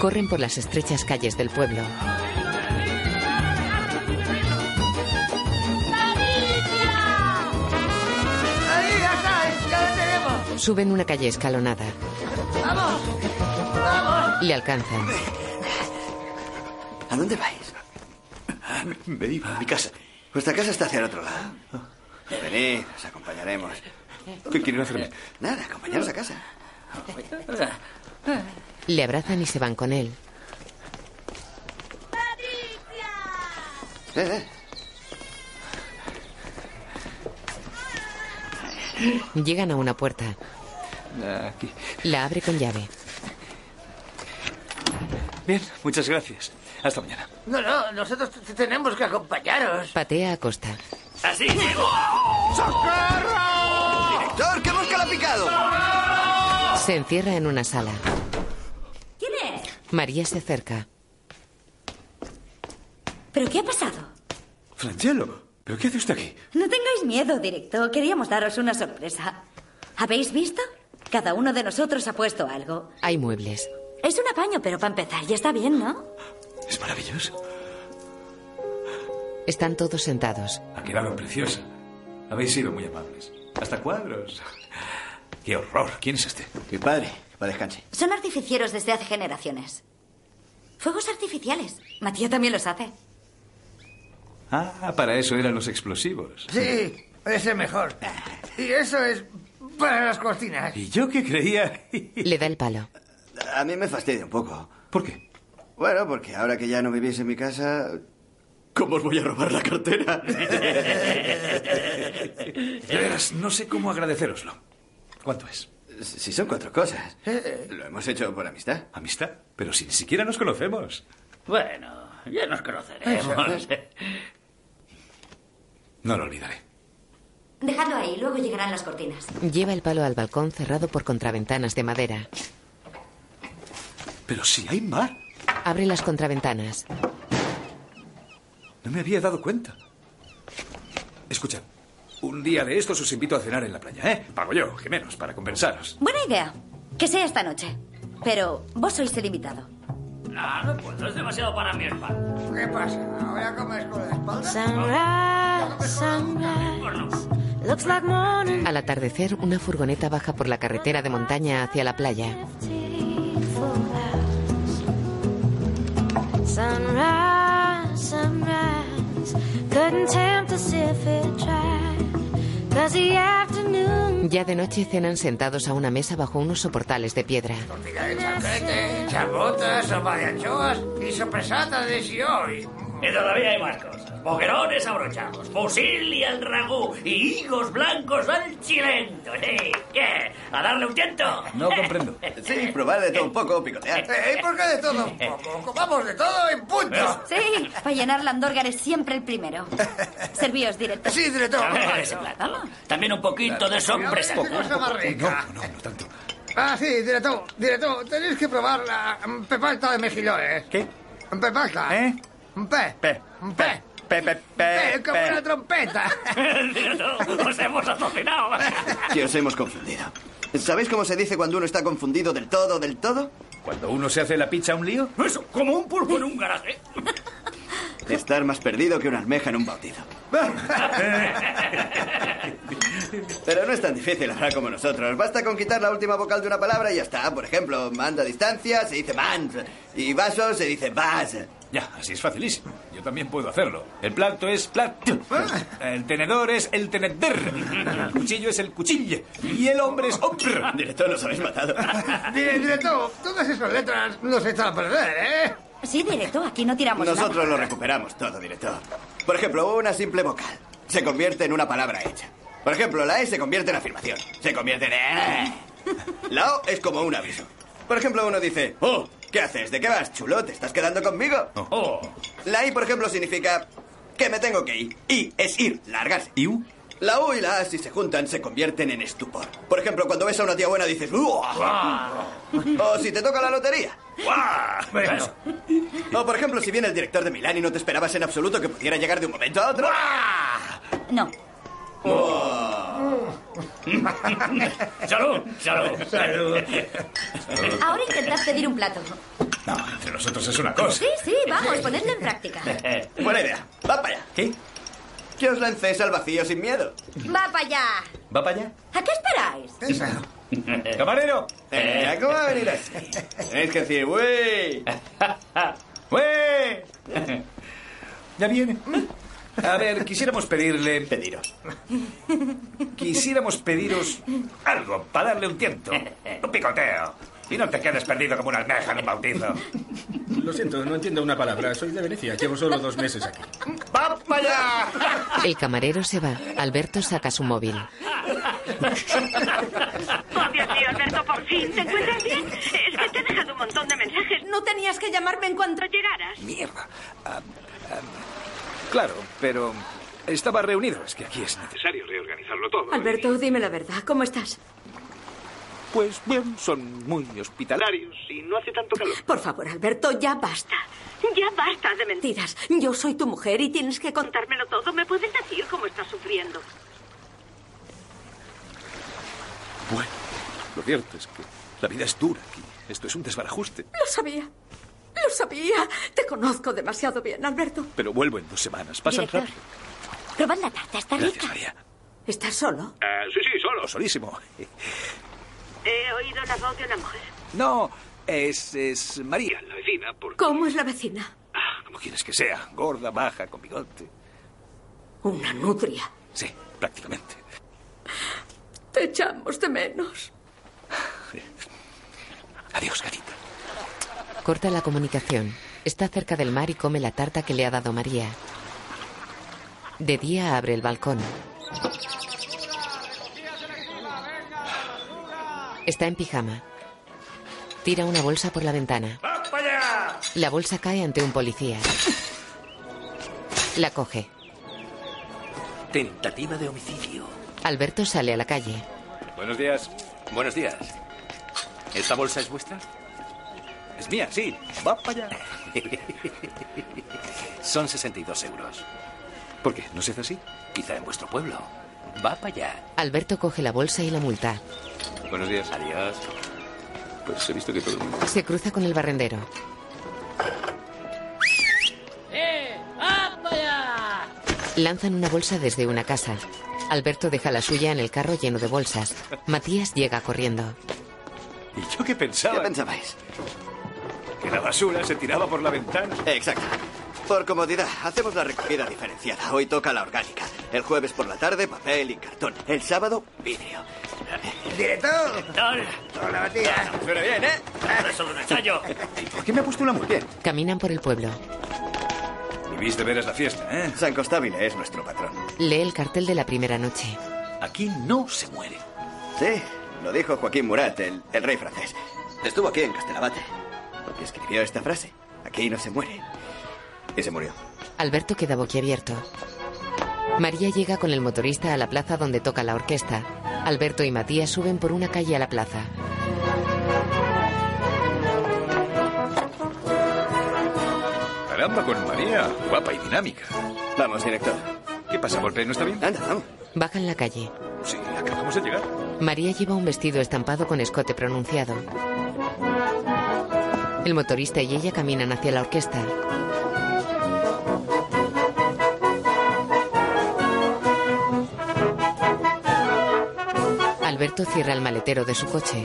S2: Corren por las estrechas calles del pueblo.
S26: ¡Ahí, ya está! ¡Ya la tenemos!
S2: Suben una calle escalonada.
S26: ¡Vamos! ¡Vamos!
S2: Le alcanzan.
S12: ¿A dónde vais? Me iba a mi casa. Vuestra casa está hacia el otro lado. Venid, os acompañaremos. ¿Qué quieren hacerme? Eh, Nada, acompañaros a casa.
S2: Le abrazan y se van con él.
S12: Eh,
S2: Llegan a una puerta.
S3: Ah.
S2: La abre con llave.
S3: Bien, muchas gracias. Hasta mañana.
S6: No, no, nosotros t- t- tenemos que acompañaros.
S2: Patea a Costa.
S6: ¡Así!
S12: ¡Director, que mosca la ha picado!
S2: Se encierra en una sala.
S14: ¿Quién es?
S2: María se acerca.
S14: ¿Pero qué ha pasado?
S17: Franchelo, ¿pero qué hace usted aquí?
S14: No tengáis miedo, directo. Queríamos daros una sorpresa. ¿Habéis visto? Cada uno de nosotros ha puesto algo.
S2: Hay muebles.
S14: Es un apaño, pero para empezar ya está bien, ¿no?
S17: Es maravilloso.
S2: Están todos sentados.
S3: Ha quedado preciosa. Habéis sido muy amables. Hasta cuadros. Qué horror. ¿Quién es este?
S12: Mi padre. Va, descanse.
S14: Son artificieros desde hace generaciones. Fuegos artificiales. Matías también los hace.
S3: Ah, para eso eran los explosivos.
S6: Sí, ese mejor. Y eso es para las cortinas.
S3: ¿Y yo qué creía?
S2: Le da el palo.
S12: A mí me fastidia un poco.
S3: ¿Por qué?
S12: Bueno, porque ahora que ya no vivís en mi casa... ¿Cómo os voy a robar la cartera?
S3: De veras, no sé cómo agradecéroslo. ¿Cuánto es? Eh.
S12: Si son cuatro cosas. Lo hemos hecho por amistad.
S3: ¿Amistad? Pero si ni siquiera nos conocemos.
S9: Bueno, ya nos conoceremos.
S3: No lo olvidaré.
S14: Dejadlo ahí, luego llegarán las cortinas.
S2: Lleva el palo al balcón cerrado por contraventanas de madera.
S3: Pero si hay mar.
S2: Abre las contraventanas.
S3: No me había dado cuenta. Escucha, un día de estos os invito a cenar en la playa, ¿eh? Pago yo, que menos, para compensaros.
S14: Buena idea. Que sea esta noche. Pero vos sois el invitado.
S9: No, no puedo, es demasiado para mi espalda.
S6: ¿Qué pasa? ¿Ahora comes con la espalda?
S4: Sunrise, sunrise. Looks like morning
S2: Al atardecer, una furgoneta baja por la carretera de montaña hacia la playa.
S4: for us. Sunrise, sunrise. Couldn't tempt us if it tried. Cause the afternoon
S2: Ya de noche cenan sentados a una mesa bajo unos soportales de piedra.
S6: Mira, de chaquete, chabotas, sopa de anchoas y sopresata de sioy.
S9: Y todavía hay más cosas. Boquerones abrochados, fusil y al ragú, y higos blancos al chilento. ¿Sí? ¿Qué? ¿A darle un tiento? ¿Eh?
S3: No comprendo.
S12: Sí, probar de todo un poco, picotear.
S6: Eh, ¿Por qué de todo un poco? Comamos de todo en
S9: ¿Eh?
S6: punto.
S14: Sí, para llenar la andorga eres siempre el primero. Servíos directo.
S6: Sí, directo.
S9: A ver, ese plátano. También un poquito de sorpresa.
S6: Qué cosa más rica.
S3: No, no tanto.
S6: Ah, sí, directo, directo. Tenéis que probar la mm, pepalta de mejillones. Mm,
S3: ¿Qué?
S6: Pepalta. Mm,
S3: ¿Eh?
S6: Pe. Pe. Pe. Mm,
S3: Pe, pe,
S6: Pe, como una trompeta.
S9: Nos hemos asesinado.
S12: Que os hemos confundido. ¿Sabéis cómo se dice cuando uno está confundido del todo, del todo?
S3: ¿Cuando uno se hace la picha un lío?
S9: Eso, como un pulpo en un garaje.
S12: Estar más perdido que una almeja en un bautizo. Pero no es tan difícil hablar como nosotros. Basta con quitar la última vocal de una palabra y ya está. Por ejemplo, manda a distancia se dice mans. Y vaso se dice vas.
S3: Ya, así es facilísimo. Yo también puedo hacerlo. El plato es plato. El tenedor es el teneder. El cuchillo es el cuchille. Y el hombre es hombre.
S12: Director, nos habéis matado.
S6: Directo, todas esas letras nos echan a perder, ¿eh?
S14: Sí, directo, aquí no tiramos nada.
S12: Nosotros lo recuperamos todo, director. Por ejemplo, una simple vocal se convierte en una palabra hecha. Por ejemplo, la E se convierte en afirmación. Se convierte en... eh. La O es como un aviso. Por ejemplo, uno dice, oh, ¿qué haces? ¿De qué vas, chulo? ¿Te estás quedando conmigo? Oh. La I, por ejemplo, significa que me tengo que ir. I es ir, largarse. ¿Y U? La U y la A, si se juntan, se convierten en estupor. Por ejemplo, cuando ves a una tía buena dices, ¡Uah! O si te toca la lotería. ¡Guau!
S25: Bueno.
S12: O por ejemplo, si viene el director de Milán y no te esperabas en absoluto que pudiera llegar de un momento a otro.
S14: No.
S12: Oh.
S9: ¿Eh?
S25: ¡Salud! ¡Salud!
S14: ¡Salud! Ahora intentad pedir un plato.
S25: No, entre nosotros es una cosa.
S14: Sí, sí, vamos, ponedlo en práctica.
S12: Buena idea. Va para allá. ¿Qué? Que os lancéis al vacío sin miedo.
S14: Va para allá.
S12: ¿Va para allá?
S14: ¿A qué esperáis?
S12: ¡Camarero! ¿Cómo va a venir así? Tenéis que decir, ¡wey! ¡Wey!
S3: Ya viene. A ver, quisiéramos pedirle... Pediros. Quisiéramos pediros algo para darle un tiento. Un picoteo. Y no te quedes perdido como una almeja en un bautizo.
S1: Lo siento, no entiendo una palabra. Soy de Venecia. Llevo solo dos meses aquí.
S25: ¡Va para allá!
S2: El camarero se va. Alberto saca su móvil.
S5: Oh, Dios mío, Alberto, por fin. ¿Te encuentras bien? Es que te he dejado un montón de mensajes. No tenías que llamarme en cuanto llegaras.
S3: Mierda. Claro, pero estaba reunido. Es que aquí es necesario reorganizarlo todo. ¿eh?
S5: Alberto, dime la verdad. ¿Cómo estás?
S3: Pues bien, son muy hospitalarios y no hace tanto calor.
S5: Por favor, Alberto, ya basta. Ya basta de mentiras. Yo soy tu mujer y tienes que contármelo todo. ¿Me puedes decir cómo estás sufriendo?
S25: Bueno, lo cierto es que la vida es dura aquí. Esto es un desbarajuste.
S5: Lo sabía. Lo sabía. Te conozco demasiado bien, Alberto.
S25: Pero vuelvo en dos semanas. Pasan
S5: Director,
S25: rápido.
S5: Probad la tarta, está
S25: Gracias, María.
S5: ¿Estás solo?
S25: Ah, sí, sí, solo. Solísimo.
S5: He oído la voz de una mujer.
S3: No, es, es María, la vecina, por
S5: ¿Cómo es la vecina?
S3: como quieres que sea. Gorda, baja, con bigote.
S5: Una nutria.
S3: Sí, prácticamente.
S5: Te echamos de menos.
S3: Adiós, gatita.
S2: Corta la comunicación. Está cerca del mar y come la tarta que le ha dado María. De día abre el balcón. Está en pijama. Tira una bolsa por la ventana. La bolsa cae ante un policía. La coge.
S21: Tentativa de homicidio.
S2: Alberto sale a la calle.
S3: Buenos días.
S21: Buenos días. ¿Esta bolsa es vuestra?
S3: Es mía, sí. Va para allá.
S21: Son 62 euros. ¿Por qué? ¿No se hace así? Quizá en vuestro pueblo. Va para allá.
S2: Alberto coge la bolsa y la multa.
S21: Buenos días. Adiós.
S25: Pues he visto que todo el mundo...
S2: Se cruza con el barrendero.
S26: ¡Eh! ¡Apa ya!
S2: Lanzan una bolsa desde una casa. Alberto deja la suya en el carro lleno de bolsas. Matías llega corriendo.
S3: ¿Y yo qué pensaba? ¿Qué
S12: pensabais?
S3: Que la basura se tiraba por la ventana.
S12: Exacto. Por comodidad, hacemos la recogida diferenciada. Hoy toca la orgánica. El jueves por la tarde, papel y cartón. El sábado, vídeo.
S6: ¡Director!
S12: Hola. Hola, Matías. Suena bien, ¿eh?
S25: solo un ensayo.
S3: ¿Por qué me ha puesto una mujer?
S2: Caminan por el pueblo.
S3: Vivís de veras la fiesta, ¿eh?
S12: San Costabile es nuestro patrón.
S2: Lee el cartel de la primera noche.
S12: Aquí no se muere. Sí, lo dijo Joaquín Murat, el, el rey francés. Estuvo aquí en Castelabate. Porque escribió esta frase. Aquí no se muere. Y se murió.
S2: Alberto queda boquiabierto. María llega con el motorista a la plaza donde toca la orquesta. Alberto y Matías suben por una calle a la plaza.
S3: Caramba, con María. Guapa y dinámica.
S12: Vamos, director.
S3: ¿Qué pasa, golpe? ¿No está bien?
S12: Anda, vamos.
S2: Bajan la calle.
S3: Sí, acabamos de llegar.
S2: María lleva un vestido estampado con escote pronunciado. El motorista y ella caminan hacia la orquesta. Alberto cierra el maletero de su coche.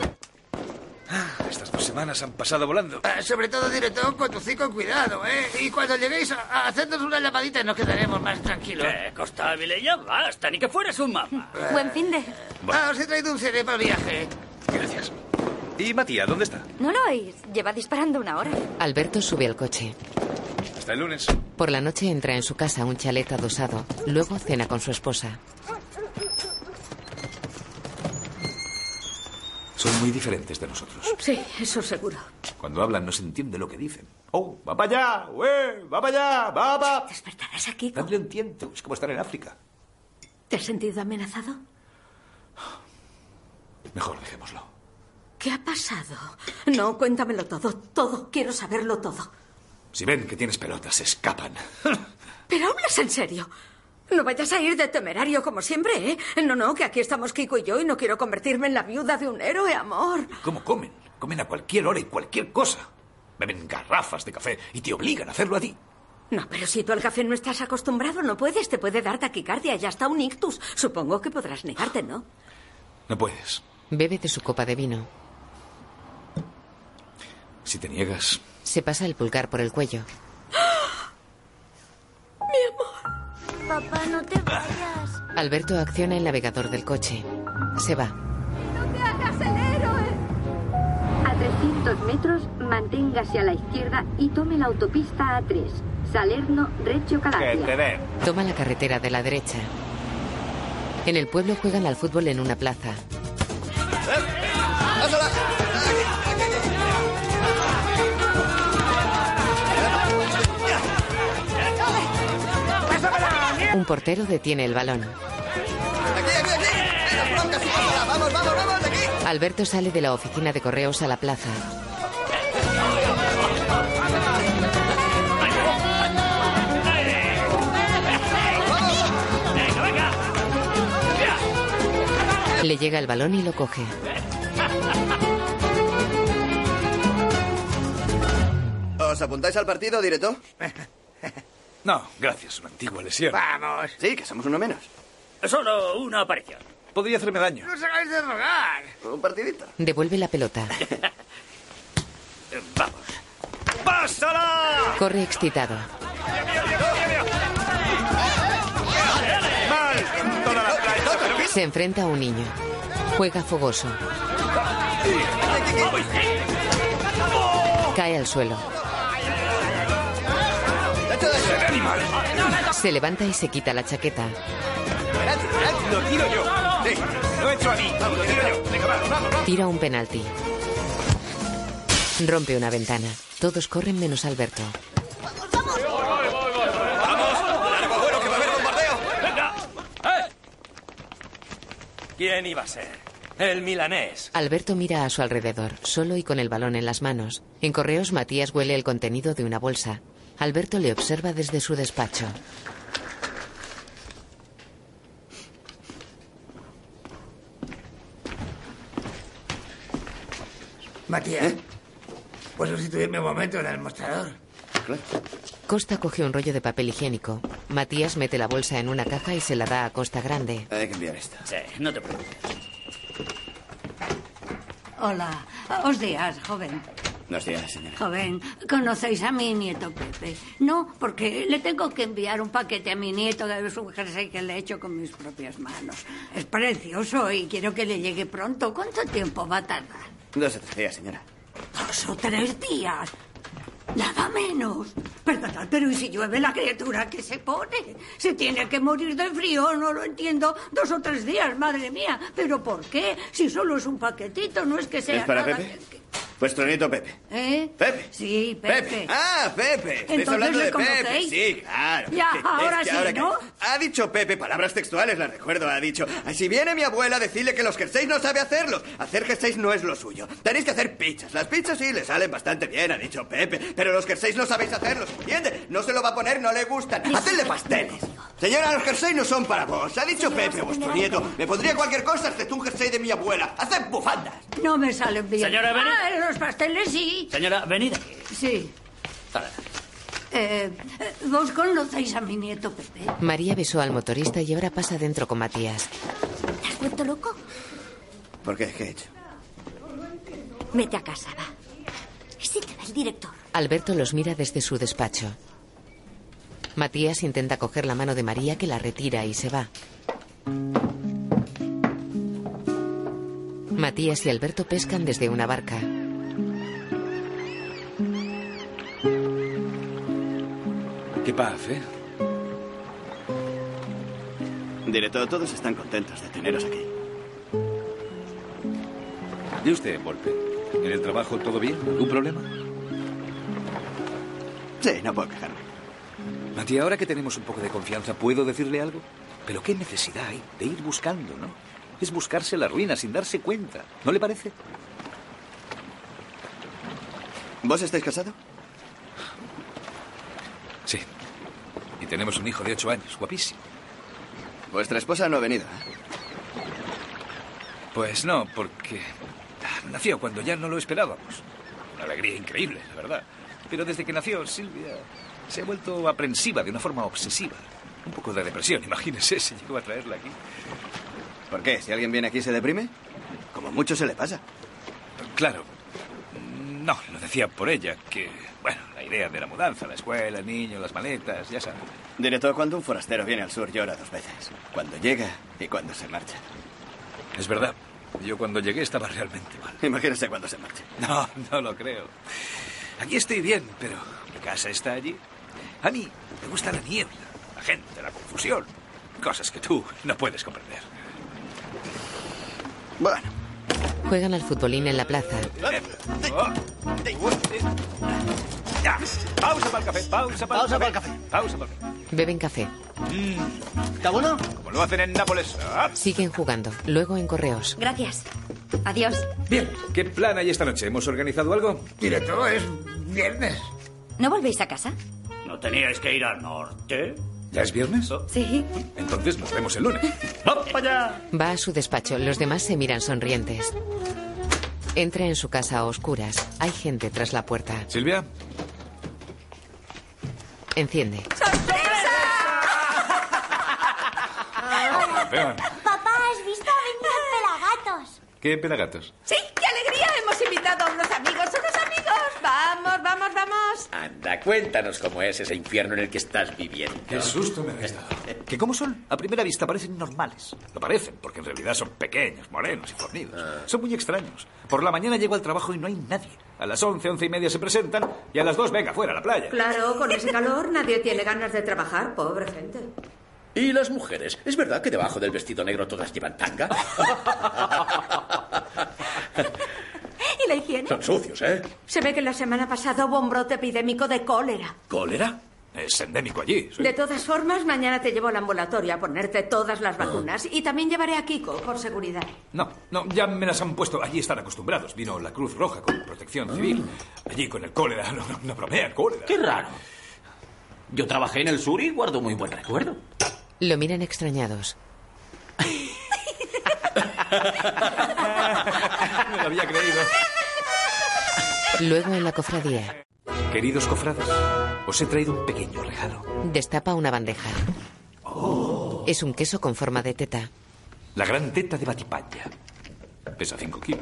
S3: Estas dos semanas han pasado volando.
S6: Ah, Sobre todo, director, conducid con cuidado, ¿eh? Y cuando lleguéis, a- a hacednos una llamadita y nos quedaremos más tranquilos. Eh,
S25: Eh,
S21: Costabile, ya basta, ni que fueras un mapa.
S6: Buen
S14: fin de...
S6: Ah, os he traído un CD para el viaje.
S3: Gracias. ¿Y Matías, dónde está?
S14: ¿No lo oís? Lleva disparando una hora.
S2: Alberto sube al coche.
S3: Hasta el lunes.
S2: Por la noche entra en su casa a un chalet adosado. Luego cena con su esposa.
S3: Son muy diferentes de nosotros.
S5: Sí, eso seguro.
S3: Cuando hablan no se entiende lo que dicen. ¡Oh, va para allá! ¡Ué! ¡Va para allá! ¡Va, va!
S5: despertarás aquí?
S3: Dame un tiento. Es como estar en África.
S5: ¿Te has sentido amenazado?
S3: Mejor dejémoslo.
S5: ¿Qué ha pasado? No, cuéntamelo todo, todo. Quiero saberlo todo.
S3: Si ven que tienes pelotas, se escapan.
S5: Pero hablas en serio. No vayas a ir de temerario como siempre, ¿eh? No, no, que aquí estamos Kiko y yo y no quiero convertirme en la viuda de un héroe, amor.
S3: ¿Cómo comen? Comen a cualquier hora y cualquier cosa. Beben garrafas de café y te obligan a hacerlo a ti.
S5: No, pero si tú al café no estás acostumbrado, no puedes. Te puede dar taquicardia y hasta un ictus. Supongo que podrás negarte, ¿no?
S3: No puedes.
S2: Bebe de su copa de vino.
S3: Si te niegas,
S2: Se pasa el pulgar por el cuello.
S4: Papá, no te vayas.
S2: Alberto acciona el navegador del coche. Se va.
S4: No te hagas el héroe.
S16: A 300 metros, manténgase a la izquierda y tome la autopista A3, Salerno, Reggio Calabria.
S2: Toma la carretera de la derecha. En el pueblo juegan al fútbol en una plaza. Un portero detiene el balón.
S19: ¡Vamos, vamos, vamos! ¡De aquí!
S2: Alberto sale de la oficina de correos a la plaza. Le llega el balón y lo coge.
S12: ¿Os apuntáis al partido, directo?
S3: No, gracias, una antigua lesión.
S12: Vamos. Sí, que somos uno menos.
S9: Solo una aparición.
S3: Podría hacerme daño.
S6: ¡No os hagáis de rogar!
S12: ¿Un partidito?
S2: Devuelve la pelota.
S3: ¡Bástala!
S2: Corre excitado. Se enfrenta a un niño. Juega fogoso. Cae al suelo. Se levanta y se quita la chaqueta.
S3: Lo tiro yo. Sí, lo he hecho a mí. Vamos, lo tiro yo. Venga, vamos, vamos.
S2: Tira un penalti. Rompe una ventana. Todos corren menos Alberto.
S9: ¡Eh!
S27: ¿Quién iba a ser? El milanés.
S2: Alberto mira a su alrededor, solo y con el balón en las manos. En correos, Matías huele el contenido de una bolsa. Alberto le observa desde su despacho.
S6: Matías, pues sustituirme un momento en el mostrador.
S2: Costa coge un rollo de papel higiénico. Matías mete la bolsa en una caja y se la da a Costa Grande.
S12: Hay que enviar esto.
S9: Sí, no te preocupes.
S28: Hola, os días, joven.
S12: Buenos días, señora.
S28: Joven, ¿conocéis a mi nieto Pepe? No, porque le tengo que enviar un paquete a mi nieto de su jersey que le he hecho con mis propias manos. Es precioso y quiero que le llegue pronto. ¿Cuánto tiempo va a tardar?
S12: Dos o tres días, señora.
S28: Dos o tres días. Nada menos. Perdonad, pero ¿y si llueve la criatura que se pone? Se tiene que morir de frío, no lo entiendo. Dos o tres días, madre mía. ¿Pero por qué? Si solo es un paquetito, no es que sea
S12: ¿Es para
S28: nada
S12: Pepe? Vuestro nieto Pepe.
S28: ¿Eh?
S12: Pepe.
S28: Sí, Pepe.
S12: Ah, Pepe. Estáis
S28: Entonces
S12: hablando
S28: le
S12: de Pepe.
S28: conocéis.
S12: Sí, claro.
S28: Ya,
S12: Es que
S28: ahora sí,
S12: que-
S28: ¿no?
S12: Ha dicho Pepe, palabras textuales, las recuerdo, ha dicho. Si viene mi abuela, decirle que los jerseys no sabe hacerlos. Hacer jerseys no es lo suyo. Tenéis que hacer pizzas. Las pizzas sí le salen bastante bien, ha dicho Pepe. Pero los jerseys no sabéis hacerlos, ¿entiende? No se lo va a poner, no le gustan. Hacedle pasteles. Señora, los jerseys no son para vos. Ha dicho Pepe, vuestro nieto. Me pondría cualquier cosa excepto un jersey de mi abuela. Haced bufandas.
S28: No me salen bien.
S9: Señora, venid.
S28: Ah, los pasteles sí.
S9: Señora, venid aquí.
S28: Sí.
S9: Ahora,
S28: Eh, eh, ¿Vos conocéis a mi nieto Pepe?
S2: María besó al motorista y ahora pasa dentro con Matías.
S28: ¿Te has vuelto loco?
S12: ¿Por qué? ¿Qué he hecho?
S5: Vete a casa, va. Si te vas director.
S2: Alberto los mira desde su despacho. Matías intenta coger la mano de María que la retira y se va. Matías y Alberto pescan desde una barca.
S17: Qué paz, ¿eh?
S12: Director, todos están contentos de teneros aquí.
S3: ¿Y usted, Volpe? ¿En el trabajo todo bien? ¿Un problema?
S12: Sí, no puedo quejarme.
S3: Mati, ahora que tenemos un poco de confianza, ¿puedo decirle algo? Pero qué necesidad hay de ir buscando, ¿no? Es buscarse la ruina sin darse cuenta. ¿No le parece?
S12: ¿Vos estáis casado?
S3: Sí. Y tenemos un hijo de ocho años, guapísimo.
S12: Vuestra esposa no ha venido. ¿eh?
S3: Pues no, porque ah, nació cuando ya no lo esperábamos. Una alegría increíble, la verdad. Pero desde que nació, Silvia se ha vuelto aprensiva de una forma obsesiva. Un poco de depresión, imagínese si llego a traerla aquí.
S12: ¿Por qué? Si alguien viene aquí se deprime, como mucho se le pasa.
S3: Claro. No, lo decía por ella, que, bueno, la idea de la mudanza, la escuela, el niño, las maletas, ya sabes.
S12: Director, cuando un forastero viene al sur llora dos veces. Cuando llega y cuando se marcha.
S3: Es verdad. Yo cuando llegué estaba realmente mal.
S12: Imagínese cuando se marcha.
S3: No, no lo creo. Aquí estoy bien, pero mi casa está allí. A mí me gusta la niebla, la gente, la confusión. Cosas que tú no puedes comprender.
S12: Bueno.
S2: Juegan al futbolín en la plaza.
S3: Ya. Pausa para el café, pausa para
S20: Pausa Mm.
S3: el café. Pausa para el café.
S2: Beben café.
S20: ¿Está bueno?
S3: Como lo hacen en Nápoles. Ah.
S2: Siguen jugando. Luego en correos.
S14: Gracias. Adiós.
S3: Bien, ¿qué plan hay esta noche? ¿Hemos organizado algo?
S6: Directo, es viernes.
S14: ¿No volvéis a casa?
S9: ¿No teníais que ir al norte?
S3: ¿Ya es viernes?
S14: Sí.
S3: Entonces nos vemos el lunes. ¡Vamos
S9: allá!
S2: Va a su despacho. Los demás se miran sonrientes. Entra en su casa a oscuras. Hay gente tras la puerta.
S3: Silvia.
S2: Enciende.
S3: Vean.
S4: Papá, ¿has visto a 20 pelagatos?
S3: ¿Qué pelagatos?
S5: ¡Sí! ¡Qué alegría! Hemos invitado a unos amigos, unos amigos. Vamos, vamos, vamos.
S21: Anda, cuéntanos cómo es ese infierno en el que estás viviendo.
S3: Qué susto me has dado. Que como son, a primera vista parecen normales. Lo parecen, porque en realidad son pequeños, morenos y fornidos.
S21: Ah.
S3: Son muy extraños. Por la mañana llego al trabajo y no hay nadie. A las once, once y media se presentan y a las dos, venga, fuera, a la playa.
S5: Claro, con ese calor nadie tiene ganas de trabajar, pobre gente.
S21: ¿Y las mujeres? ¿Es verdad que debajo del vestido negro todas llevan tanga?
S5: ¿Y la higiene?
S21: Son sucios, ¿eh?
S5: Se ve que la semana pasada hubo un brote epidémico de cólera.
S21: ¿Cólera?
S3: Es endémico allí.
S5: De todas formas, mañana te llevo al ambulatorio a ponerte todas las vacunas y también llevaré a Kiko por seguridad.
S3: No, no, ya me las han puesto. Allí están acostumbrados. Vino la Cruz Roja con protección civil. Allí con el cólera. No, no, no bromean, cólera.
S9: Ah. Qué raro. Yo trabajé en el sur y guardo muy buen recuerdo.
S2: Lo miran extrañados.
S3: Me lo había creído.
S2: Luego en la cofradía.
S3: Queridos cofrades, os he traído un pequeño regalo.
S2: Destapa una bandeja. Es un queso con forma de teta.
S3: La gran teta de Batipalla. Pesa 5 kilos.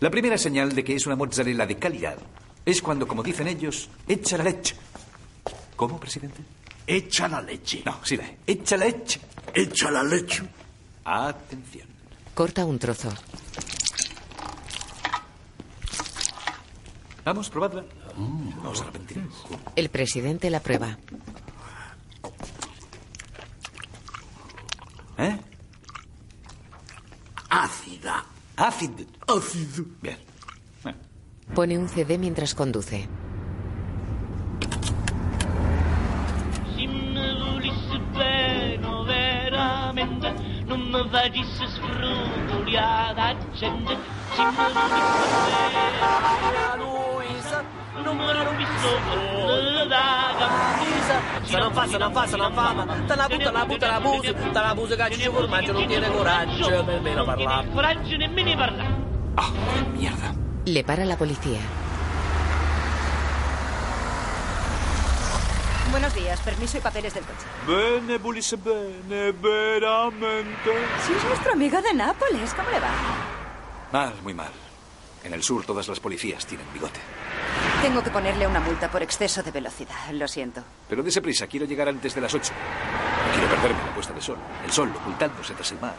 S3: La primera señal de que es una mozzarella de calidad es cuando, como dicen ellos, echa la leche. ¿Cómo, presidente?
S9: Echa la leche.
S3: No, sí, la echa la leche.
S9: Echa la leche.
S3: Atención.
S2: Corta un trozo.
S3: Vamos, probadla.
S9: Mm.
S3: No os arrepentiréis.
S2: El presidente la prueba.
S3: ¿Eh?
S9: Ácida.
S3: Ácido.
S9: Ácido.
S3: Bien. Eh.
S2: Pone un CD mientras conduce.
S26: volessi bene veramente non mi facessi sfruttare la gente se mi volessi bene non mi rompissi la camisa
S29: Se non fa, se non fa, se non fa, ma te la butta, la butta, la busi, te la busi che ci vuole, ma che non tiene coraggio, nemmeno parlare.
S26: coraggio nemmeno parlare
S2: Le para la policía.
S14: Buenos días, permiso y papeles del coche.
S30: Bene, Bulis, bene, veramente.
S14: Si es nuestro amigo de Nápoles, ¿cómo le va?
S3: Mal, muy mal. En el sur todas las policías tienen bigote.
S14: Tengo que ponerle una multa por exceso de velocidad, lo siento.
S3: Pero dése prisa, quiero llegar antes de las 8. Quiero perderme la puesta de sol. El sol ocultándose tras el mar.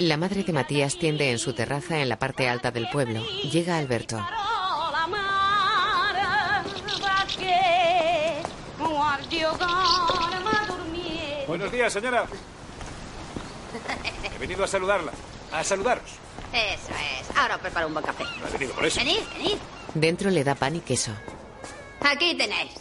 S2: La madre de Matías tiende en su terraza en la parte alta del pueblo. Llega Alberto.
S3: Buenos días, señora. He venido a saludarla. A saludaros.
S8: Eso es. Ahora os preparo un buen café.
S3: No he venido por eso.
S8: Venid, venid.
S2: Dentro le da pan y queso.
S8: Aquí tenéis.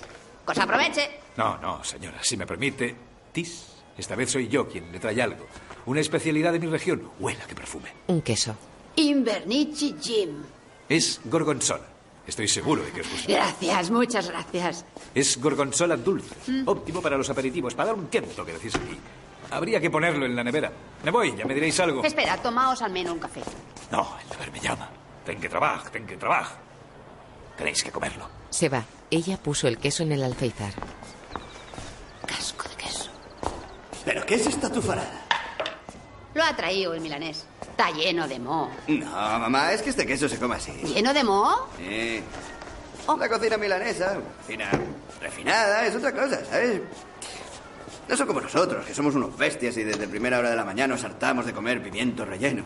S8: Que os aproveche.
S3: No, no, señora, si me permite. Tis, esta vez soy yo quien le trae algo. Una especialidad de mi región. Huela que perfume.
S2: Un queso.
S28: Invernichi Jim.
S3: Es gorgonzola. Estoy seguro de que os gusta.
S28: Gracias, muchas gracias.
S3: Es gorgonzola dulce. Óptimo para los aperitivos, para dar un quento que decís aquí. Habría que ponerlo en la nevera. Me voy, ya me diréis algo.
S8: Espera, tomaos al menos un café.
S3: No, el deber me llama. Ten que trabajar, ten que trabajar. Tenéis que comerlo.
S2: Se va. Ella puso el queso en el alféizar.
S8: Casco de queso.
S18: ¿Pero qué es esta tufarada?
S8: Lo ha traído el milanés. Está lleno de moho.
S12: No, mamá, es que este queso se come así.
S8: ¿Lleno de moho?
S12: Sí. La cocina milanesa, una cocina refinada, es otra cosa, ¿sabes? No son como nosotros, que somos unos bestias y desde primera hora de la mañana nos hartamos de comer pimientos rellenos.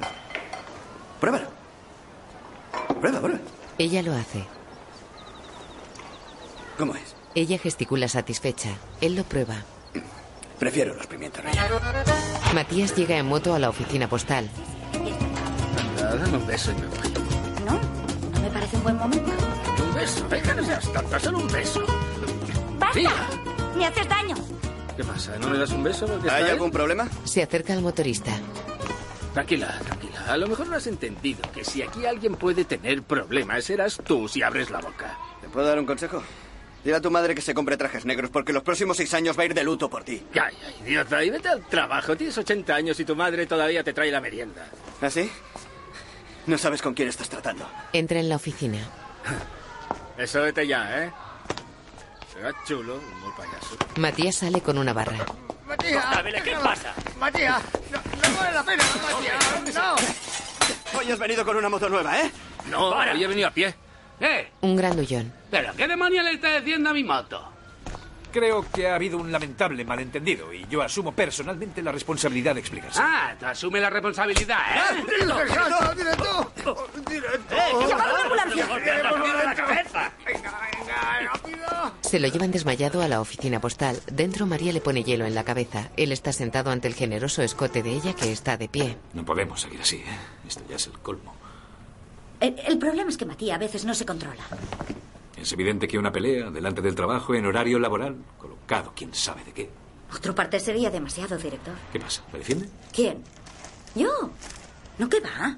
S12: Pruébalo. Prueba, prueba.
S2: Ella lo hace.
S12: ¿Cómo es?
S2: Ella gesticula satisfecha. Él lo prueba.
S12: Prefiero los pimientos rellenos.
S2: Matías llega en moto a la oficina postal.
S21: Dame un beso y me voy.
S8: No me parece un buen momento.
S21: Un beso, venga, no seas tonta, solo un beso.
S8: ¡Basta!
S21: Mira.
S8: ¡Me haces daño!
S21: ¿Qué pasa? ¿No le das un beso? porque
S12: ¿Hay
S21: está
S12: algún
S21: él?
S12: problema?
S2: Se acerca al motorista.
S21: Tranquila, tranquila. A lo mejor no has entendido que si aquí alguien puede tener problemas, serás tú si abres la boca.
S12: ¿Te puedo dar un consejo? Dile a tu madre que se compre trajes negros porque los próximos seis años va a ir de luto por ti.
S21: Ay, ay, idiota, y vete al trabajo. Tienes 80 años y tu madre todavía te trae la merienda.
S12: ¿Así? No sabes con quién estás tratando.
S2: Entra en la oficina.
S21: Eso vete ya, ¿eh? Será chulo, muy payaso.
S2: Matías sale con una barra.
S18: Matías.
S21: ¿qué pasa?
S18: Matías, no, no vale la pena, Matías. No.
S12: Hoy has venido con una moto nueva, ¿eh?
S27: No, hoy he venido a pie. ¡Eh!
S2: Un grandullón.
S27: ¿Pero qué demonios le está diciendo a mi moto?
S3: Creo que ha habido un lamentable malentendido y yo asumo personalmente la responsabilidad de explicarse.
S27: Ah, te asume la responsabilidad, ¿eh?
S18: ¡Directo, directo! ¡Directo!
S27: Eh, llamad a la ambulancia.
S6: Eh,
S18: ¡Queremos
S27: Rápido,
S18: ver
S27: la
S18: esto.
S27: cabeza.
S18: ¡Venga, venga, rápido!
S2: Se lo llevan desmayado a la oficina postal. Dentro María le pone hielo en la cabeza. Él está sentado ante el generoso escote de ella que está de pie.
S3: No podemos seguir así, ¿eh? Esto ya es el colmo.
S14: El, el problema es que Matías a veces no se controla.
S3: Es evidente que una pelea delante del trabajo en horario laboral, colocado quién sabe de qué.
S14: Otro parte sería demasiado, director.
S3: ¿Qué pasa? ¿Me defiende?
S14: ¿Quién? ¿Yo? ¿No qué va?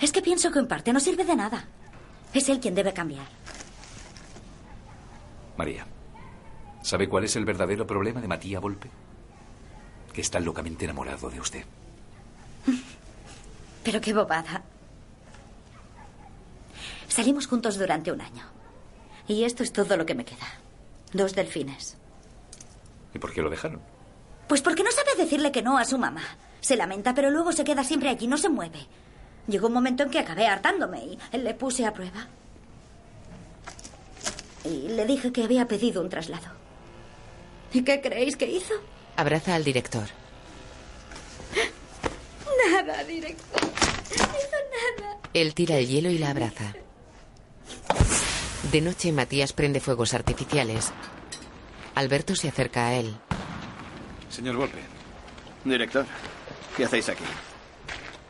S14: Es que pienso que en parte no sirve de nada. Es él quien debe cambiar.
S3: María, ¿sabe cuál es el verdadero problema de Matías Volpe? Que está locamente enamorado de usted.
S14: Pero qué bobada. Salimos juntos durante un año. Y esto es todo lo que me queda. Dos delfines.
S3: ¿Y por qué lo dejaron?
S14: Pues porque no sabe decirle que no a su mamá. Se lamenta, pero luego se queda siempre allí, no se mueve. Llegó un momento en que acabé hartándome y le puse a prueba. Y le dije que había pedido un traslado. ¿Y qué creéis que hizo?
S2: Abraza al director.
S14: Nada, director. Hizo nada.
S2: Él tira el hielo y la abraza. De noche Matías prende fuegos artificiales. Alberto se acerca a él.
S3: Señor Volpe.
S12: Director, ¿qué hacéis aquí?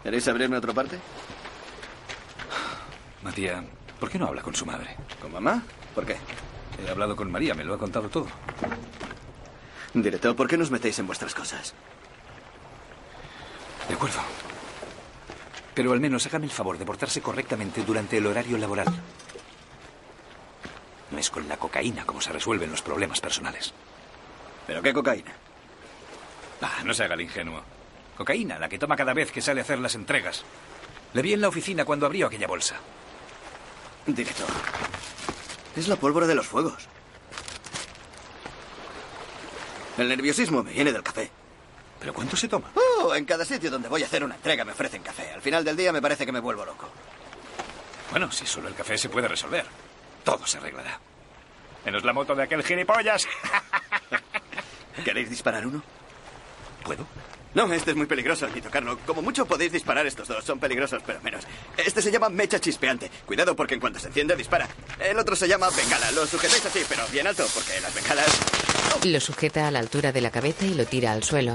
S12: ¿Queréis abrirme otro parte?
S3: Matías, ¿por qué no habla con su madre?
S12: ¿Con mamá? ¿Por qué?
S3: He hablado con María, me lo ha contado todo.
S12: Director, ¿por qué nos metéis en vuestras cosas?
S3: De acuerdo. Pero al menos hágame el favor de portarse correctamente durante el horario laboral. No es con la cocaína como se resuelven los problemas personales.
S12: ¿Pero qué cocaína?
S3: Ah, no se haga el ingenuo. Cocaína, la que toma cada vez que sale a hacer las entregas. Le vi en la oficina cuando abrió aquella bolsa.
S12: Director, es la pólvora de los fuegos. El nerviosismo me viene del café.
S3: ¿Pero cuánto se toma?
S12: Oh, en cada sitio donde voy a hacer una entrega me ofrecen café. Al final del día me parece que me vuelvo loco.
S3: Bueno, si solo el café se puede resolver, todo se arreglará. Menos la moto de aquel gilipollas.
S12: ¿Queréis disparar uno?
S3: ¿Puedo?
S12: No, este es muy peligroso, ni tocarlo. Como mucho podéis disparar estos dos, son peligrosos, pero menos. Este se llama mecha chispeante. Cuidado porque en cuanto se enciende, dispara. El otro se llama bengala. Lo sujetáis así, pero bien alto, porque las bengalas...
S2: Lo sujeta a la altura de la cabeza y lo tira al suelo.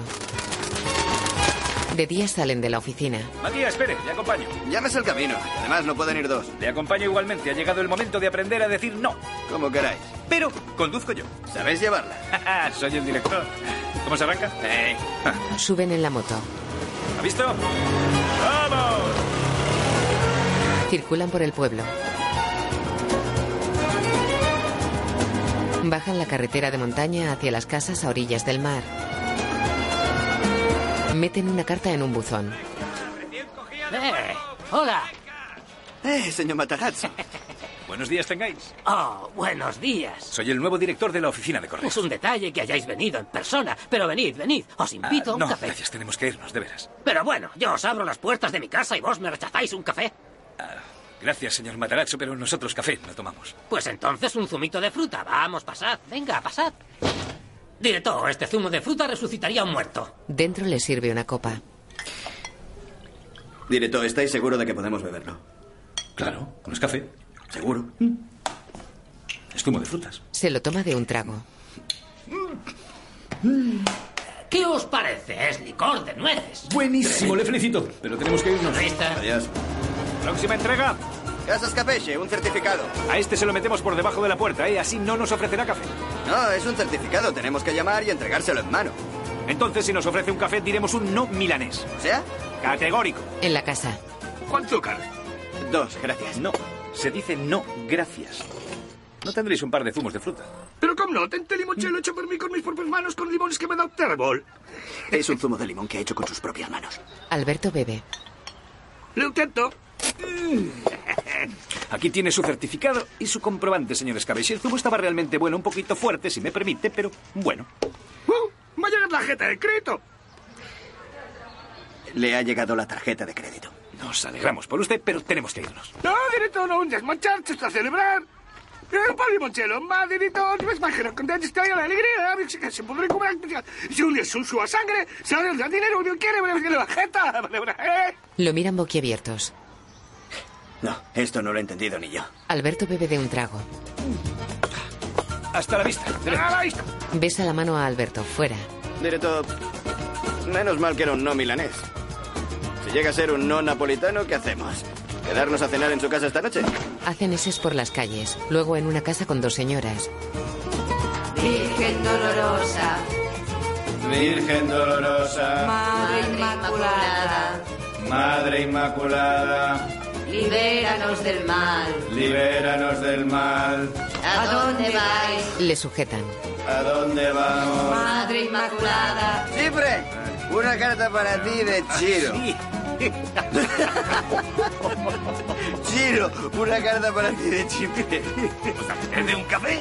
S2: De día salen de la oficina.
S3: Matías, espere, le acompaño.
S12: Ya me sé el camino. Además, no pueden ir dos.
S3: Le acompaño igualmente. Ha llegado el momento de aprender a decir no.
S12: Como queráis.
S3: Pero conduzco yo.
S12: ¿Sabéis llevarla?
S3: Soy el director. ¿Cómo se arranca? Eh.
S2: Suben en la moto.
S3: ¿Ha visto? ¡Vamos!
S2: Circulan por el pueblo. Bajan la carretera de montaña hacia las casas a orillas del mar. Meten una carta en un buzón.
S9: Eh, hola.
S12: Eh, señor Matarazzo.
S3: Buenos días tengáis.
S9: Oh, buenos días.
S3: Soy el nuevo director de la oficina de correos.
S9: Es un detalle que hayáis venido en persona, pero venid, venid. Os invito
S3: Ah,
S31: un
S3: no,
S31: café.
S3: gracias, tenemos que irnos, de veras.
S9: Pero bueno, yo os abro las puertas de mi casa y vos me rechazáis un café.
S3: Gracias, señor Matarazzo, pero nosotros café no tomamos.
S9: Pues entonces un zumito de fruta. Vamos, pasad. Venga, pasad. Director, este zumo de fruta resucitaría a un muerto.
S2: Dentro le sirve una copa.
S12: Directo, ¿estáis seguro de que podemos beberlo?
S3: Claro, con es café.
S12: ¿Seguro?
S3: Es zumo de frutas.
S2: Se lo toma de un trago.
S9: ¿Qué os parece? Es licor de nueces.
S3: Buenísimo, le felicito, pero tenemos que irnos.
S9: Ahí está.
S12: Adiós.
S3: Próxima entrega.
S12: Casas Capeche, un certificado.
S3: A este se lo metemos por debajo de la puerta, ¿eh? Así no nos ofrecerá café.
S12: No, es un certificado. Tenemos que llamar y entregárselo en mano.
S3: Entonces, si nos ofrece un café, diremos un no milanés.
S12: ¿O sea?
S3: Categórico.
S2: En la casa.
S3: ¿Cuánto, carne?
S12: Dos, gracias.
S3: No, se dice no, gracias. No tendréis un par de zumos de fruta.
S6: Però com no, tente limoncello hecho por mí con mis propias manos con limones que me da Terbol.
S12: Es un zumo de limón que ha hecho con sus propias manos.
S2: Alberto bebe.
S6: Le intento.
S3: Mm. Aquí tiene su certificado y su comprobante, señor Escabeche. El zumo estaba realmente bueno, un poquito fuerte, si me permite, pero bueno.
S6: Uh, me ha llegado la jeta de crédito.
S12: Le ha llegado la tarjeta de crédito.
S3: Nos alegramos por usted, pero tenemos que irnos.
S6: No, director, no, un desmancharse está a celebrar. Eh, por limoncello, más director, no es más que nos contente esta la alegría, eh, que se podrá cobrar. Si un día su su a sangre, se le da dinero, uno quiere, vale, vale, la jeta, vale, vale, eh.
S2: Lo miran boquiabiertos.
S12: No, esto no lo he entendido ni yo.
S2: Alberto bebe de un trago.
S3: Hasta la vista.
S2: Besa la mano a Alberto. Fuera.
S12: Directo. Menos mal que era un no milanés. Si llega a ser un no napolitano, ¿qué hacemos? ¿Quedarnos a cenar en su casa esta noche?
S2: Hacen eses por las calles. Luego en una casa con dos señoras.
S28: Virgen dolorosa,
S12: Virgen dolorosa,
S28: Madre Inmaculada,
S12: Madre Inmaculada,
S28: libéranos del mal.
S12: libéranos del mal.
S28: ¿A dónde vais,
S2: Le sujetan.
S12: ¿A dónde vamos?
S28: Madre Inmaculada?
S12: ¡Cipre! Una carta para ti de
S6: Ah,
S12: Chiro. Chiro, una carta para ti de Chipre.
S6: ¿De un café?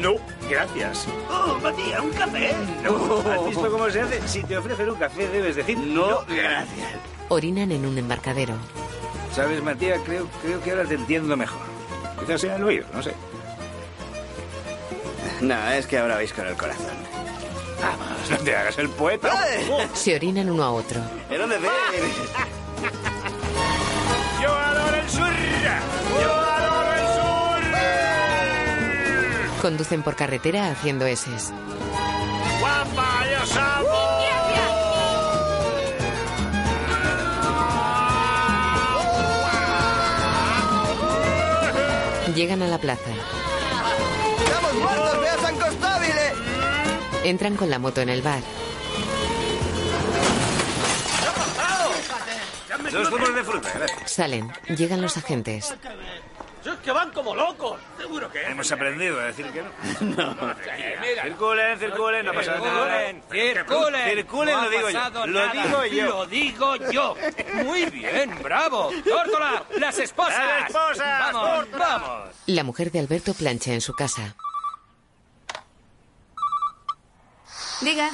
S6: No, gracias. Oh, Matías, ¿un café?
S3: ¿Has visto cómo se hace? Si te ofrecen un café, debes decir no, gracias.
S2: Orinan en un embarcadero.
S3: ¿Sabes, Matías? Creo, creo que ahora te entiendo mejor. Quizás sea el oído, no sé.
S12: No, es que ahora vais con el corazón.
S3: Vamos, no te hagas el poeta.
S2: Se orinan uno a otro.
S12: ¿De dónde vienes?
S6: Yo adoro el sur. Yo adoro el sur.
S2: Conducen por carretera haciendo eses.
S6: Guapa, yo sabo.
S2: Llegan a la plaza.
S12: ¡Estamos muertos, vea San Costabile!
S2: Entran con la moto en el bar.
S3: Dos zumos de fruta, gracias.
S2: Salen. Llegan los agentes.
S4: Es que van como locos. Seguro que
S3: Hemos aprendido a decir que no. Circulen, circulen, no pasa nada.
S4: Circulen, circulen.
S3: Circulen,
S4: No ha
S3: lo digo yo.
S4: pasado
S3: Lo
S4: nada.
S3: digo yo.
S4: Lo digo yo. Muy bien, bravo. Tórtola, las esposas.
S3: Las esposas,
S4: Vamos,
S3: Tórtola.
S4: vamos.
S2: La mujer de Alberto plancha en su casa.
S5: Diga.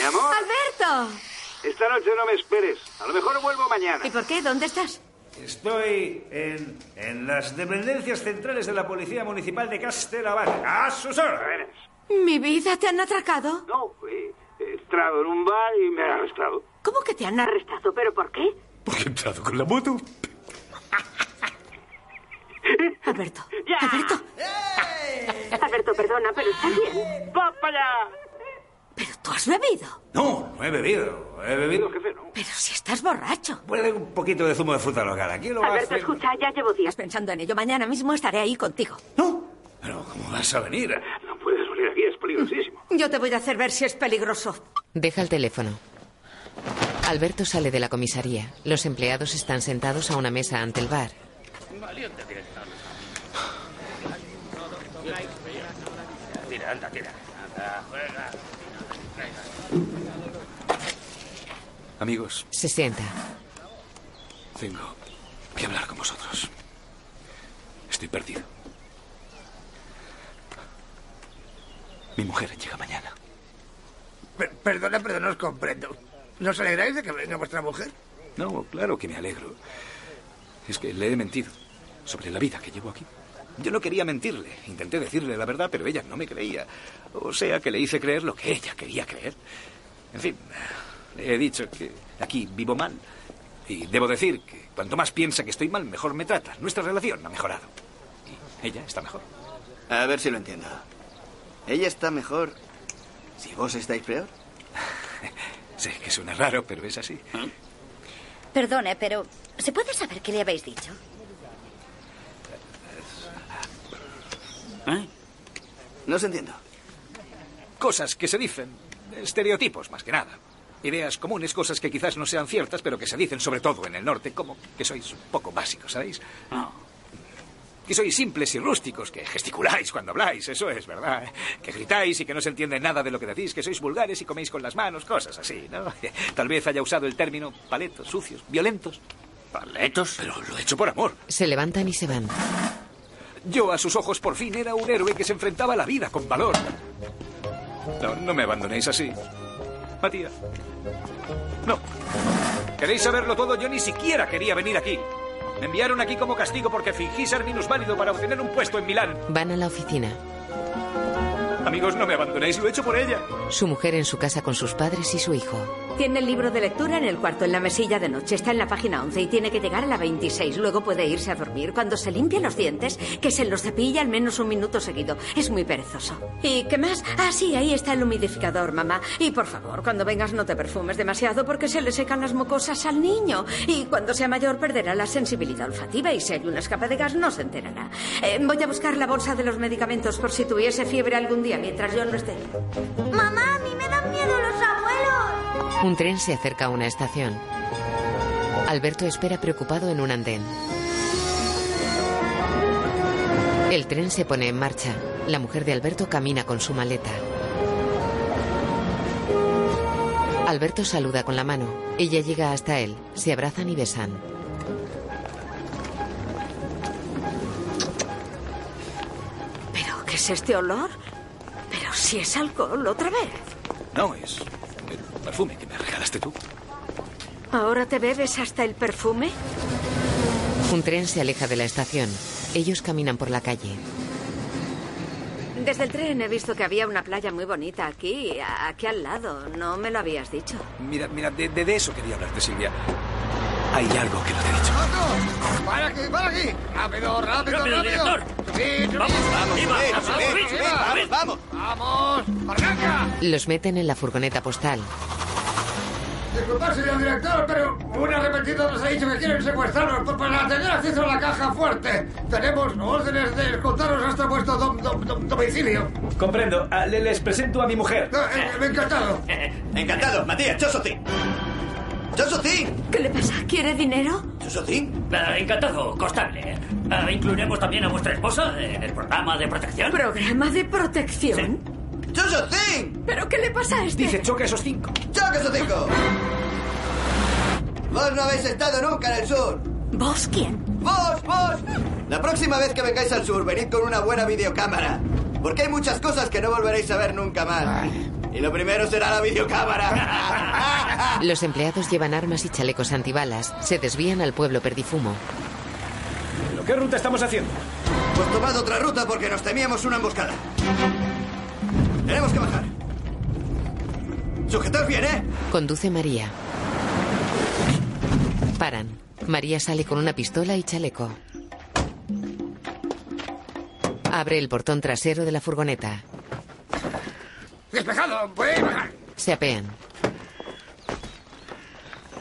S32: Mi amor,
S5: ¡Alberto!
S32: esta noche no me esperes. A lo mejor vuelvo mañana.
S5: ¿Y por qué? ¿Dónde estás?
S3: Estoy en, en las dependencias centrales de la Policía Municipal de Castelabad. ¡A sus órdenes!
S5: ¿Mi vida te han atracado?
S32: No, eh, eh,
S30: secuestrado en un bar y me han arrestado.
S5: ¿Cómo que te han arrestado? ¿Pero por qué?
S3: Porque he entrado con la moto.
S5: Alberto. Alberto. Alberto, perdona, pero está bien.
S30: ¡Va para allá!
S5: Pero tú has bebido.
S3: No, no he bebido. He bebido.
S5: Pero si estás borracho.
S3: Puede un poquito de zumo de fruta local. Aquí lo vas a
S5: Alberto,
S3: hacer.
S5: escucha, ya llevo días pensando en ello. Mañana mismo estaré ahí contigo.
S3: ¿Cómo vas a venir?
S30: No puedes venir aquí, es peligrosísimo.
S5: Yo te voy a hacer ver si es peligroso.
S2: Deja el teléfono. Alberto sale de la comisaría. Los empleados están sentados a una mesa ante el bar.
S26: Valiente director. Tira, anda, tira. Anda, juega.
S3: Amigos,
S2: Se sienta.
S3: tengo que hablar con vosotros. Estoy perdido. Mi mujer llega mañana.
S6: Per- perdona, pero no os comprendo. ¿Nos alegráis de que venga vuestra mujer?
S3: No, claro que me alegro. Es que le he mentido sobre la vida que llevo aquí. Yo no quería mentirle. Intenté decirle la verdad, pero ella no me creía. O sea que le hice creer lo que ella quería creer. En fin, le he dicho que aquí vivo mal. Y debo decir que cuanto más piensa que estoy mal, mejor me trata. Nuestra relación ha mejorado. Y ella está mejor.
S12: A ver si lo entiendo. Ella está mejor si vos estáis peor.
S3: Sé que suena raro, pero es así.
S12: ¿Eh?
S14: Perdone, pero ¿se puede saber qué le habéis dicho?
S3: ¿Eh? No se entiendo. Cosas que se dicen, estereotipos más que nada. Ideas comunes, cosas que quizás no sean ciertas, pero que se dicen sobre todo en el norte, como que sois un poco básicos, ¿sabéis? Que sois simples y rústicos, que gesticuláis cuando habláis, eso es verdad. ¿eh? Que gritáis y que no se entiende nada de lo que decís, que sois vulgares y coméis con las manos, cosas así, ¿no? Tal vez haya usado el término paletos, sucios, violentos. ¿Paletos? Pero lo he hecho por amor.
S2: Se levantan y se van.
S3: Yo a sus ojos por fin era un héroe que se enfrentaba a la vida con valor. No, no me abandonéis así. Matías. No. ¿Queréis saberlo todo? Yo ni siquiera quería venir aquí. Me enviaron aquí como castigo porque fingí ser minusválido para obtener un puesto en Milán.
S2: Van a la oficina.
S3: Amigos, no me abandonéis, lo he hecho por ella.
S2: Su mujer en su casa con sus padres y su hijo.
S5: Tiene el libro de lectura en el cuarto, en la mesilla de noche. Está en la página 11 y tiene que llegar a la 26. Luego puede irse a dormir. Cuando se limpie los dientes, que se los cepille al menos un minuto seguido. Es muy perezoso. ¿Y qué más? Ah, sí, ahí está el humidificador, mamá. Y por favor, cuando vengas no te perfumes demasiado porque se le secan las mucosas al niño. Y cuando sea mayor perderá la sensibilidad olfativa y si hay una escapa de gas no se enterará. Eh, voy a buscar la bolsa de los medicamentos por si tuviese fiebre algún día mientras yo no esté.
S4: Mamá, a mí me dan miedo los abuelos.
S2: Un tren se acerca a una estación. Alberto espera preocupado en un andén. El tren se pone en marcha. La mujer de Alberto camina con su maleta. Alberto saluda con la mano. Ella llega hasta él. Se abrazan y besan.
S5: ¿Pero qué es este olor? Pero si es alcohol otra vez.
S3: No, es el perfume que me regalaste tú.
S5: ¿Ahora te bebes hasta el perfume?
S2: Un tren se aleja de la estación. Ellos caminan por la calle.
S5: Desde el tren he visto que había una playa muy bonita aquí, a- aquí al lado. No me lo habías dicho.
S3: Mira, mira, de, de- de eso quería hablarte, Silvia. Hay algo que no te he dicho.
S6: ¡Para aquí, para aquí! ¡Rápido, rápido,
S26: Rápido,
S6: rápido!
S26: director. Vamos, vamos, viva,
S6: subid,
S26: vamos,
S6: subid,
S26: subid,
S6: subid,
S26: subid.
S6: ¡Vamos! ¡Vamos! ¡Arranca!
S2: Los meten en la furgoneta postal.
S6: Disculpad, señor director, pero un arrepentido nos ha dicho que quieren secuestrarnos por- para tener acceso a la caja fuerte. Tenemos órdenes de escoltaros hasta vuestro dom- dom- dom- domicilio. eh,
S3: Comprendo. Ah, le- les presento a mi mujer.
S6: encantado.
S12: Encantado, Matías, Chosotín. ¡Chosotín!
S5: ¿Qué le pasa? ¿Quiere dinero?
S12: ¿Chosotín?
S9: Ah, encantado, constable. Ah, ¿Incluiremos también a vuestra esposa en el programa de protección?
S5: ¿Programa de protección? ¿Pero qué le pasa a este?
S3: Dice, choca esos cinco.
S12: ¡Choca esos cinco! Vos no habéis estado nunca en el sur.
S5: ¿Vos quién?
S12: ¡Vos, vos! La próxima vez que vengáis al sur, venid con una buena videocámara. Porque hay muchas cosas que no volveréis a ver nunca más. Y lo primero será la videocámara.
S2: Los empleados llevan armas y chalecos antibalas. Se desvían al pueblo perdifumo.
S3: ¿Pero qué ruta estamos haciendo?
S12: Pues tomad otra ruta porque nos temíamos una emboscada. Tenemos que bajar. Sujetaos bien, ¿eh?
S2: Conduce María. Paran. María sale con una pistola y chaleco. Abre el portón trasero de la furgoneta.
S18: ¡Despejado!
S6: Pues-
S18: ¡Puede bajar!
S2: Se apean.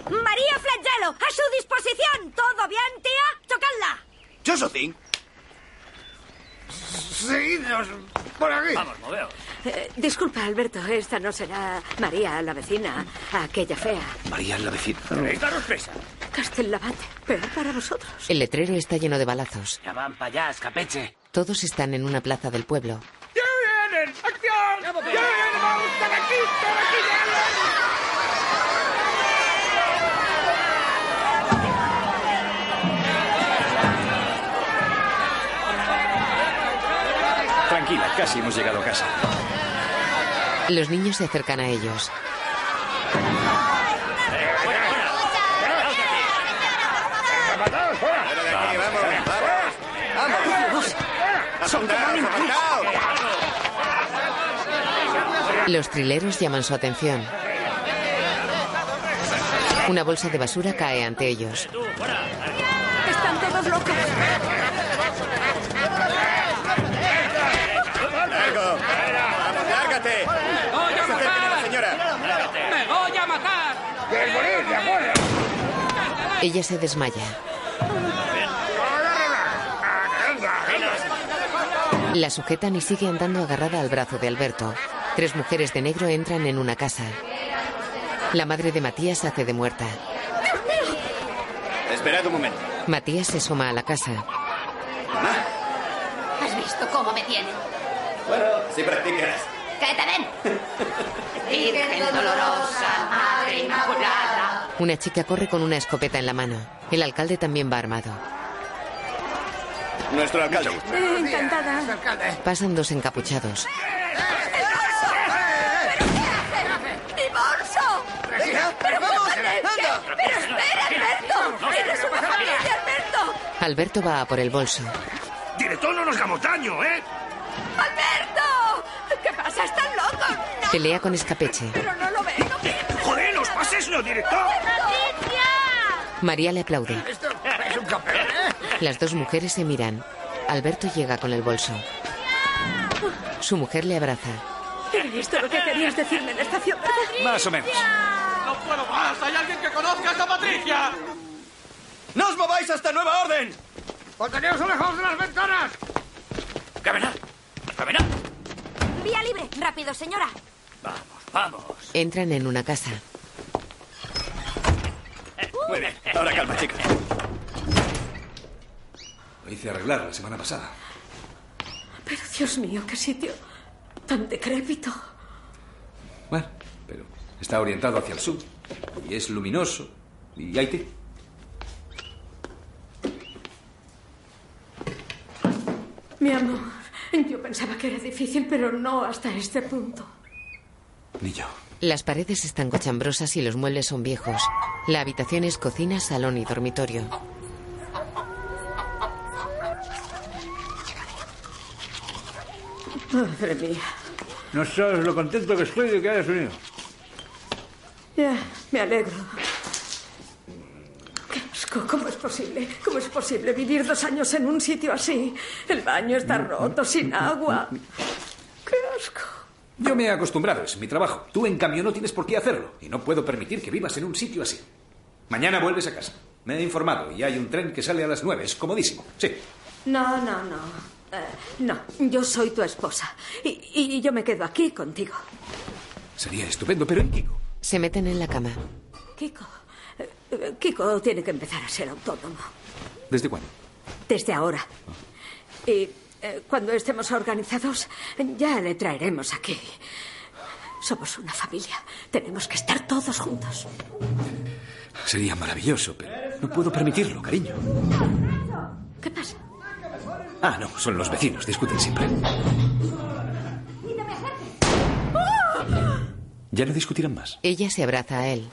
S4: María Flagelo, a su disposición. ¿Todo bien, tía? ¡Chocadla!
S12: ¡Josephine!
S18: Seguidnos por aquí.
S9: Vamos, moveos.
S5: Eh, disculpa, Alberto, esta no será María, la vecina, aquella fea.
S3: María la vecina.
S9: Daros presa.
S5: Castellabate, peor para vosotros.
S2: El letrero está lleno de balazos.
S9: Ya van para allá, escapeche.
S2: Todos están en una plaza del pueblo.
S18: ¡Ya vienen! ¡Acción! ¡Ya vienen! ¡Vamos para aquí! ¡Para aquí!
S3: Tranquila, casi hemos llegado a casa.
S2: Los niños se acercan a ellos.
S18: ¡Mataos, fuera!
S12: ¡Vamos, vamos! ¡Vamos! ¡Apuntaos, apuntaos!
S2: Los trileros llaman su atención. Una bolsa de basura cae ante ellos.
S5: Están todos locos.
S12: ¡Largo! ¡Vamos, lárgate!
S27: ¡Voy a
S12: ¡Se termina la
S27: matar!
S12: señora!
S27: ¡Me voy a matar!
S18: ¡Quieres morir, de acuerdo!
S2: Ella se desmaya. La sujetan y sigue andando agarrada al brazo de Alberto. Tres mujeres de negro entran en una casa. La madre de Matías hace de muerta.
S12: Esperad un momento.
S2: Matías se soma a la casa.
S8: ¿Has visto cómo me tienen?
S12: Bueno, si practicas.
S8: ¡Que te den! Virgen dolorosa, Madre Inmaculada.
S2: Una chica corre con una escopeta en la mano. El alcalde también va armado.
S12: Nuestro alcalde.
S5: Encantada.
S2: Pasan dos encapuchados.
S4: ¡Divorcio!
S12: ¡Pero vamos! ¡Anda!
S4: ¡Pero espera, Alberto! ¡Eres una familia de Alberto!
S2: Alberto va a por el bolso.
S18: Director, no nos hagamos daño, ¿eh?
S4: ¡Alberto! ¿Qué pasa? ¡Están locos!
S2: Pelea con escapeche.
S4: ¡Pero no lo ves! ¡No piensas!
S18: ¡Joder, los pases, no, director!
S2: María le aplaude.
S18: ¡Es un campeón, eh!
S2: Las dos mujeres se miran. Alberto llega con el bolso. Su mujer le abraza.
S5: Era esto lo que querías decirme en la estación,
S3: Más o menos.
S29: ¡No puedo más! ¡Hay alguien que conozca a esa Patricia!
S12: ¡No os mováis hasta nueva orden!
S18: ¡Manteneos alejados de las ventanas!
S9: Caminad. Caminad.
S4: ¡Vía libre! ¡Rápido, señora!
S9: Vamos, vamos.
S2: Entran en una casa.
S12: Muy bien, ahora calma, chicos.
S3: Lo hice arreglar la semana pasada.
S5: Pero Dios mío, qué sitio tan decrépito.
S3: Bueno, pero está orientado hacia el sur. Y es luminoso. Y hay té.
S5: Mi amor, yo pensaba que era difícil, pero no hasta este punto.
S3: Ni yo.
S2: Las paredes están cochambrosas y los muebles son viejos. La habitación es cocina, salón y dormitorio.
S5: Madre mía.
S17: No sabes lo contento que estoy de que hayas venido.
S5: Ya, me alegro. Qué asco, ¿cómo es posible? ¿Cómo es posible vivir dos años en un sitio así? El baño está roto, sin agua. Qué asco.
S3: Yo me he acostumbrado, es mi trabajo. Tú, en cambio, no tienes por qué hacerlo. Y no puedo permitir que vivas en un sitio así. Mañana vuelves a casa. Me he informado y hay un tren que sale a las nueve. Es comodísimo. Sí.
S5: No, no, no. Eh, no, yo soy tu esposa. Y, y yo me quedo aquí contigo.
S3: Sería estupendo, pero ¿y Kiko?
S2: Se meten en la cama.
S5: Kiko. eh, eh, Kiko tiene que empezar a ser autónomo.
S3: ¿Desde cuándo?
S5: Desde ahora. Y eh, cuando estemos organizados, ya le traeremos aquí. Somos una familia. Tenemos que estar todos juntos.
S3: Sería maravilloso, pero no puedo permitirlo, cariño.
S5: ¿Qué pasa?
S3: Ah, no, son los vecinos, discuten siempre. Ya no discutirán más,
S2: Ella se abraza a él.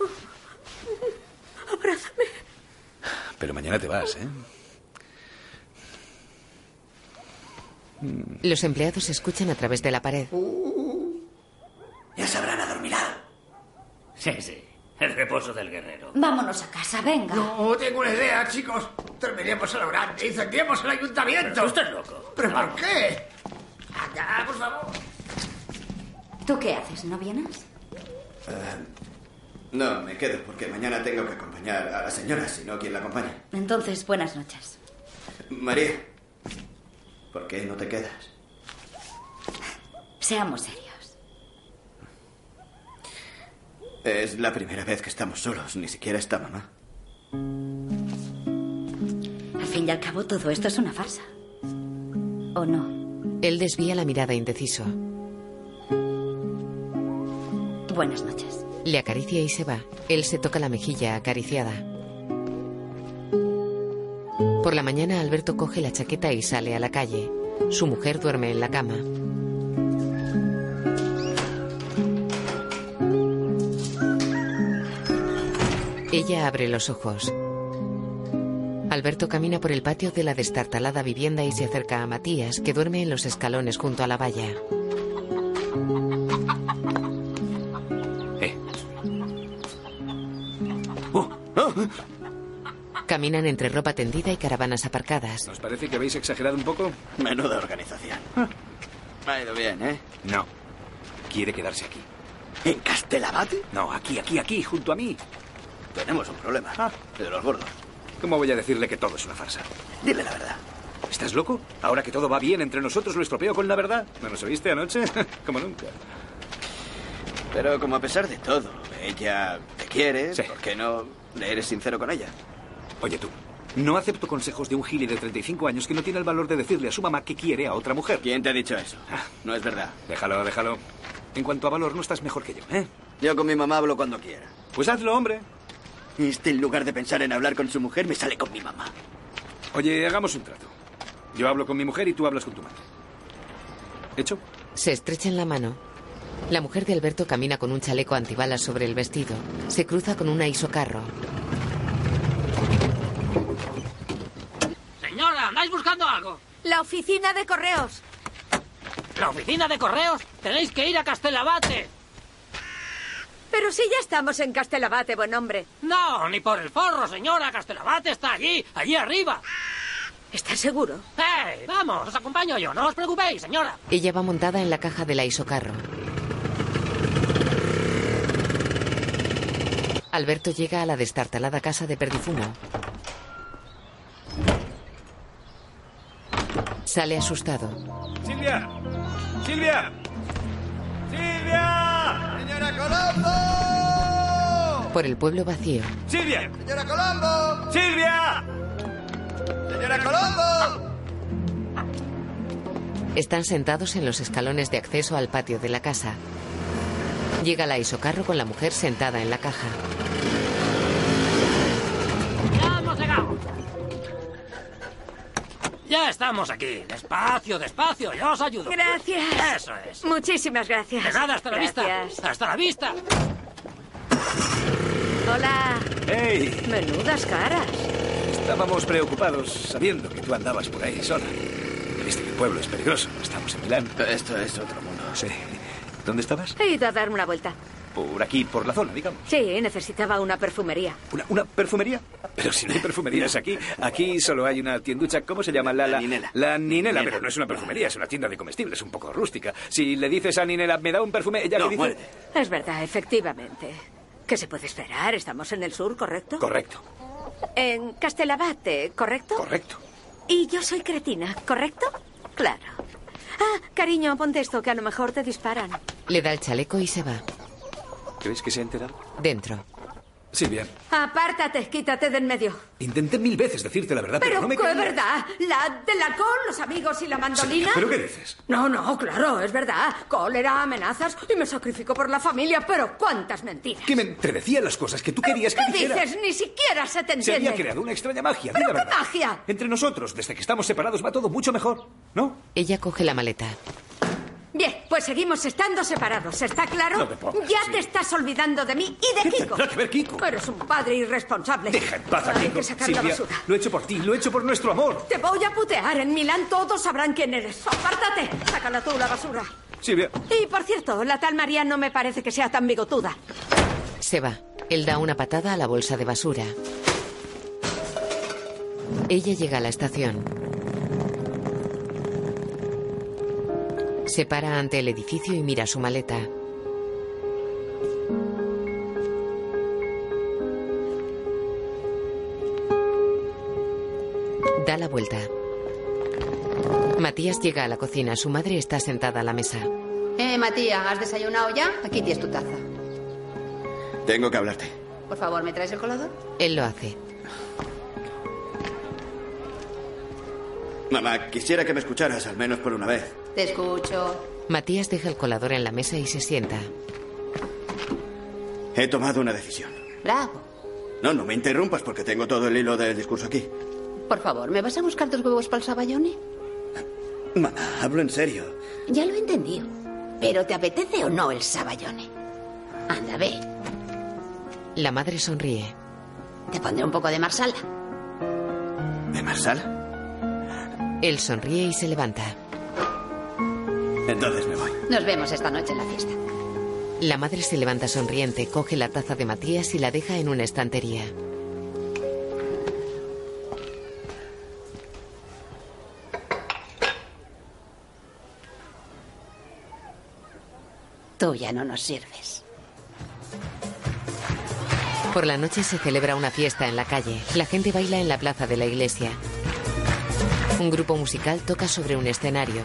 S5: Abrázame.
S3: pero mañana te vas, ¿eh?
S2: Los empleados escuchan a través de la pared.
S9: Ya sabrán adormilar.
S33: Sí, sí. El reposo del guerrero.
S14: Vámonos a casa, venga.
S6: No, tengo una idea, Pues chicos. Terminemos a lo grande, incendiemos el ayuntamiento.
S33: Pero tú estás loco.
S6: ¿Pero por qué? Allá, por favor.
S14: ¿Tú qué haces? ¿No vienes?
S12: Eh, No, me quedo porque mañana tengo que acompañar a la señora, si no, ¿quién la acompaña?
S14: Entonces, buenas noches.
S12: María, ¿por qué no te quedas?
S14: Seamos serios.
S12: Es la primera vez que estamos solos, ni siquiera está mamá.
S14: Al fin y al cabo, todo esto es una farsa. ¿O no?
S2: Él desvía la mirada indeciso.
S14: Buenas noches.
S2: Le acaricia y se va. Él se toca la mejilla acariciada. Por la mañana Alberto coge la chaqueta y sale a la calle. Su mujer duerme en la cama. Ella abre los ojos. Alberto camina por el patio de la destartalada vivienda y se acerca a Matías, que duerme en los escalones junto a la valla. Caminan entre ropa tendida y caravanas aparcadas.
S3: ¿Os parece que habéis exagerado un poco? Ah.
S12: Menuda organización. Ha ido bien, ¿eh?
S3: No. Quiere quedarse aquí.
S12: ¿En Castelabate?
S3: No, aquí, aquí, aquí, junto a mí. Ah.
S12: Tenemos un problema. el de los gordos.
S3: ¿Cómo voy a decirle que todo es una farsa?
S12: Dile la verdad.
S3: ¿Estás loco? Ahora que todo va bien entre nosotros, lo estropeo con la verdad. ¿No nos oíste anoche? Como nunca.
S12: Pero como a pesar de todo, ella te quiere, ¿por qué no le eres sincero con ella?
S3: Oye tú, no acepto consejos de un gili de 35 años que no tiene el valor de decirle a su mamá que quiere a otra mujer.
S12: ¿Quién te ha dicho eso? No es verdad.
S3: Déjalo, déjalo. En cuanto a valor, no estás mejor que yo, ¿eh?
S12: Yo con mi mamá hablo cuando quiera.
S3: Pues hazlo, hombre.
S12: Este, en lugar de pensar en hablar con su mujer, me sale con mi mamá.
S3: Oye, hagamos un trato. Yo hablo con mi mujer y tú hablas con tu madre. ¿Hecho?
S2: Se estrechan la mano. La mujer de Alberto camina con un chaleco antibalas sobre el vestido. Se cruza con una isocarro.
S9: Señora, ¿andáis buscando algo?
S5: La oficina de correos.
S9: ¿La oficina de correos? Tenéis que ir a Castelabate.
S5: Pero si ya estamos en Castelabate, buen hombre.
S9: No, ni por el forro, señora. Castelabate está allí, allí arriba.
S5: ¿Estás seguro?
S9: ¡Eh! Vamos, os acompaño yo. No os preocupéis, señora.
S2: Ella va montada en la caja de la isocarro. Alberto llega a la destartalada casa de Perdifumo. Sale asustado.
S3: ¡Silvia! ¡Silvia! ¡Silvia!
S34: ¡Señora Colombo!
S2: Por el pueblo vacío.
S3: ¡Silvia!
S34: ¡Señora Colombo!
S3: ¡Silvia!
S34: ¡Señora Colombo!
S2: Están sentados en los escalones de acceso al patio de la casa. Llega la isocarro con la mujer sentada en la caja.
S9: ¡Ya hemos llegado! Ya estamos aquí. Despacio, despacio. Yo os ayudo.
S5: Gracias.
S9: Eso es.
S5: Muchísimas gracias.
S9: De nada, hasta la
S5: Gracias.
S9: vista. Hasta la vista.
S5: Hola.
S3: ¡Ey!
S5: Menudas caras.
S3: Estábamos preocupados sabiendo que tú andabas por ahí sola. Viste que el pueblo es peligroso. Estamos en Milán.
S12: Esto es otro mundo.
S3: Sí. ¿Dónde estabas?
S5: He ido a darme una vuelta.
S3: Por aquí, por la zona, digamos.
S5: Sí, necesitaba una perfumería.
S3: ¿Una, una perfumería? Pero si no hay perfumerías aquí. Aquí solo hay una tienducha, ¿cómo se llama? La, la Ninela. La Ninela, pero no es una perfumería, es una tienda de comestibles, un poco rústica. Si le dices a Ninela, me da un perfume, ella le dice...
S5: Es verdad, efectivamente. ¿Qué se puede esperar? Estamos en el sur, ¿correcto?
S3: Correcto,
S5: En Castelabate, ¿correcto?
S3: correcto.
S5: Y yo soy cretina, ¿correcto? Claro. Ah, cariño, ponte esto, que a lo mejor te disparan.
S2: Le da el chaleco y se va.
S3: ¿Crees que se ha enterado?
S2: Dentro.
S3: Sí, bien.
S5: Apártate, quítate de en medio.
S3: Intenté mil veces decirte la verdad, pero,
S5: Pero,
S3: no me
S5: ¿qué
S3: creías.
S5: verdad? ¿La de la col, los amigos y la mandolina?
S3: ¿Pero qué dices?
S5: No, no, claro, es verdad. Cólera, amenazas y me sacrifico por la familia, pero cuántas mentiras.
S3: Que me entredecía las cosas que tú querías que
S5: ¿Qué
S3: dijera.
S5: dices? Ni siquiera se te
S3: Se
S5: entiende.
S3: había creado una extraña magia, di
S5: ¿Pero
S3: la
S5: qué
S3: verdad.
S5: magia?
S3: Entre nosotros, desde que estamos separados, va todo mucho mejor, ¿no?
S2: Ella coge la maleta.
S5: Bien, pues seguimos estando separados, ¿está claro?
S3: No te pongas
S5: ya
S3: así.
S5: te estás olvidando de mí y de Kiko.
S3: tendrá que ver Kiko?
S5: Eres un padre irresponsable.
S3: Deja en paz a
S5: Hay
S3: Kiko.
S5: que sacar la
S3: Silvia,
S5: basura.
S3: lo he hecho por ti, lo he hecho por nuestro amor.
S5: Te voy a putear. En Milán todos sabrán quién eres. Apártate. Sácala tú la basura.
S3: Silvia,
S5: Y por cierto, la tal María no me parece que sea tan bigotuda.
S2: Se va. Él da una patada a la bolsa de basura. Ella llega a la estación. Se para ante el edificio y mira su maleta. Da la vuelta. Matías llega a la cocina. Su madre está sentada a la mesa.
S22: Eh, Matías, ¿has desayunado ya? Aquí tienes tu taza.
S12: Tengo que hablarte.
S22: Por favor, ¿me traes el colador?
S2: Él lo hace.
S12: Mamá, quisiera que me escucharas al menos por una vez.
S22: Te escucho.
S2: Matías deja el colador en la mesa y se sienta.
S12: He tomado una decisión.
S22: Bravo.
S12: No, no me interrumpas porque tengo todo el hilo del discurso aquí.
S22: Por favor, ¿me vas a buscar dos huevos para el sabayone?
S12: Mamá, hablo en serio.
S22: Ya lo he entendido. Pero ¿te apetece o no el sabayone? Anda, ve.
S2: La madre sonríe.
S22: Te pondré un poco de marsala.
S12: ¿De Marsala?
S2: Él sonríe y se levanta.
S12: Entonces me voy.
S22: Nos vemos esta noche en la fiesta.
S2: La madre se levanta sonriente, coge la taza de Matías y la deja en una estantería.
S22: Tú ya no nos sirves.
S2: Por la noche se celebra una fiesta en la calle. La gente baila en la plaza de la iglesia. Un grupo musical toca sobre un escenario.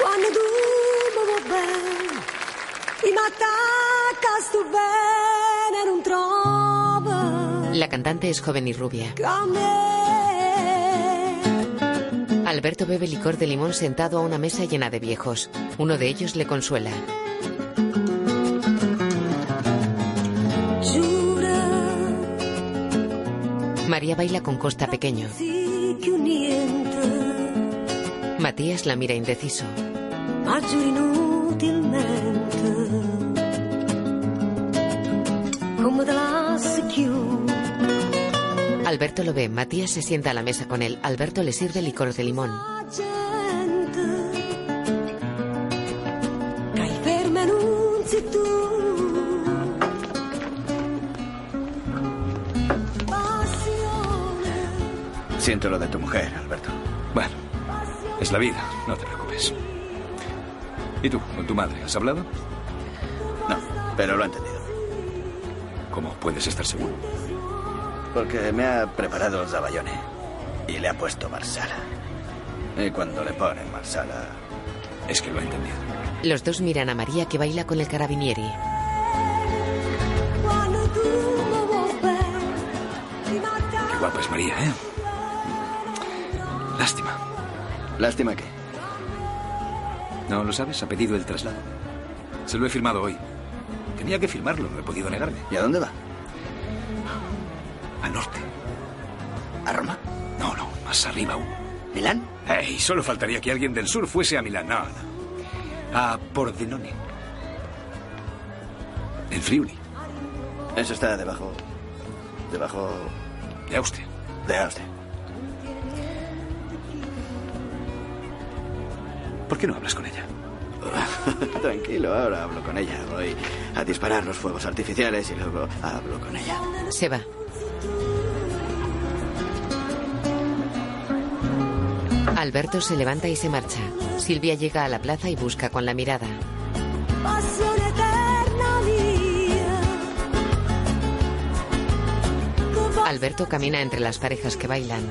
S4: Quando dormono bene, i mattacca sto bene, non trovo
S2: La cantante es joven y rubia. Alberto bebe licor de limón sentado a una mesa llena de viejos. Uno de ellos le consuela. María baila con Costa Pequeño.
S4: sì che niente,
S2: Matías la mira indeciso.
S4: ma giuro inutilmente. Come te la chiude.
S2: Alberto lo ve. Matías se sienta a la mesa con él. Alberto le sirve licor de limón.
S4: ferma non sei tu
S3: Siento lo de tu mujer, Alberto. Bueno, es la vida, no te preocupes. ¿Y tú, con tu madre, has hablado?
S12: No, pero lo he entendido.
S3: ¿Cómo puedes estar seguro?
S12: Porque me ha preparado el zabayone y le ha puesto marsala. Y cuando le ponen marsala...
S3: Es que lo he entendido.
S2: Los dos miran a María que baila con el carabinieri.
S3: Qué guapa es María, ¿eh? Lástima.
S12: Lástima que...
S3: ¿No lo sabes? Ha pedido el traslado. Se lo he firmado hoy. Tenía que firmarlo, no he podido negarme.
S12: ¿Y a dónde va?
S3: Al norte.
S12: ¿A Roma?
S3: No, no, más arriba aún.
S12: ¿Milán?
S3: ¡Ey! Solo faltaría que alguien del sur fuese a Milán. No, no. A Pordenone. En Friuli,
S12: Eso está debajo... Debajo
S3: de Austria.
S12: de Austria.
S3: ¿Por qué no hablas con ella?
S12: Tranquilo, ahora hablo con ella. Voy a disparar los fuegos artificiales y luego hablo con ella.
S2: Se va. Alberto se levanta y se marcha. Silvia llega a la plaza y busca con la mirada.
S4: passione eterna mia
S2: Alberto camina entre las parejas que bailan.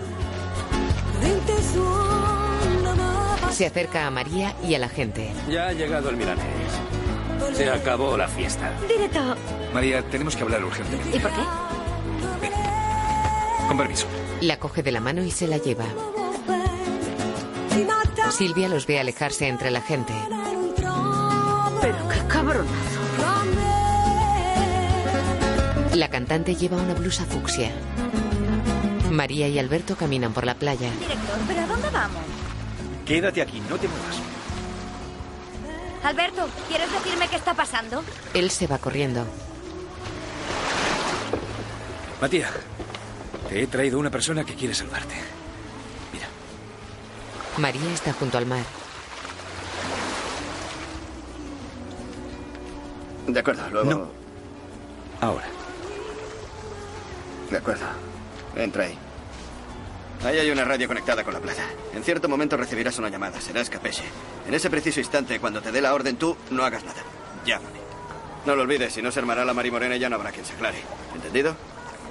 S4: dente suono
S2: Se acerca a María y a la gente.
S35: Ya ha llegado el milanés. Se acabó la fiesta.
S19: Directo.
S3: María, tenemos que hablar urgentemente.
S19: ¿Y por qué?
S3: Con permiso.
S2: La coge de la mano y se la lleva. Silvia los ve alejarse entre la gente.
S19: Pero qué cabronazo.
S2: La cantante lleva una blusa fucsia. María y Alberto caminan por la playa.
S14: Director, ¿pero a dónde vamos?
S3: Quédate aquí, no te muevas.
S14: Alberto, ¿quieres decirme qué está pasando?
S2: Él se va corriendo.
S36: Matías, te he traído una persona que quiere salvarte.
S2: María está junto al mar.
S12: De acuerdo, luego.
S36: No. Ahora.
S12: De acuerdo. Entra ahí. Ahí hay una radio conectada con la plaza. En cierto momento recibirás una llamada. Será escapeche. En ese preciso instante, cuando te dé la orden, tú no hagas nada. Llámame. No lo olvides, si no se armará la marimorena y ya no habrá quien se aclare. ¿Entendido?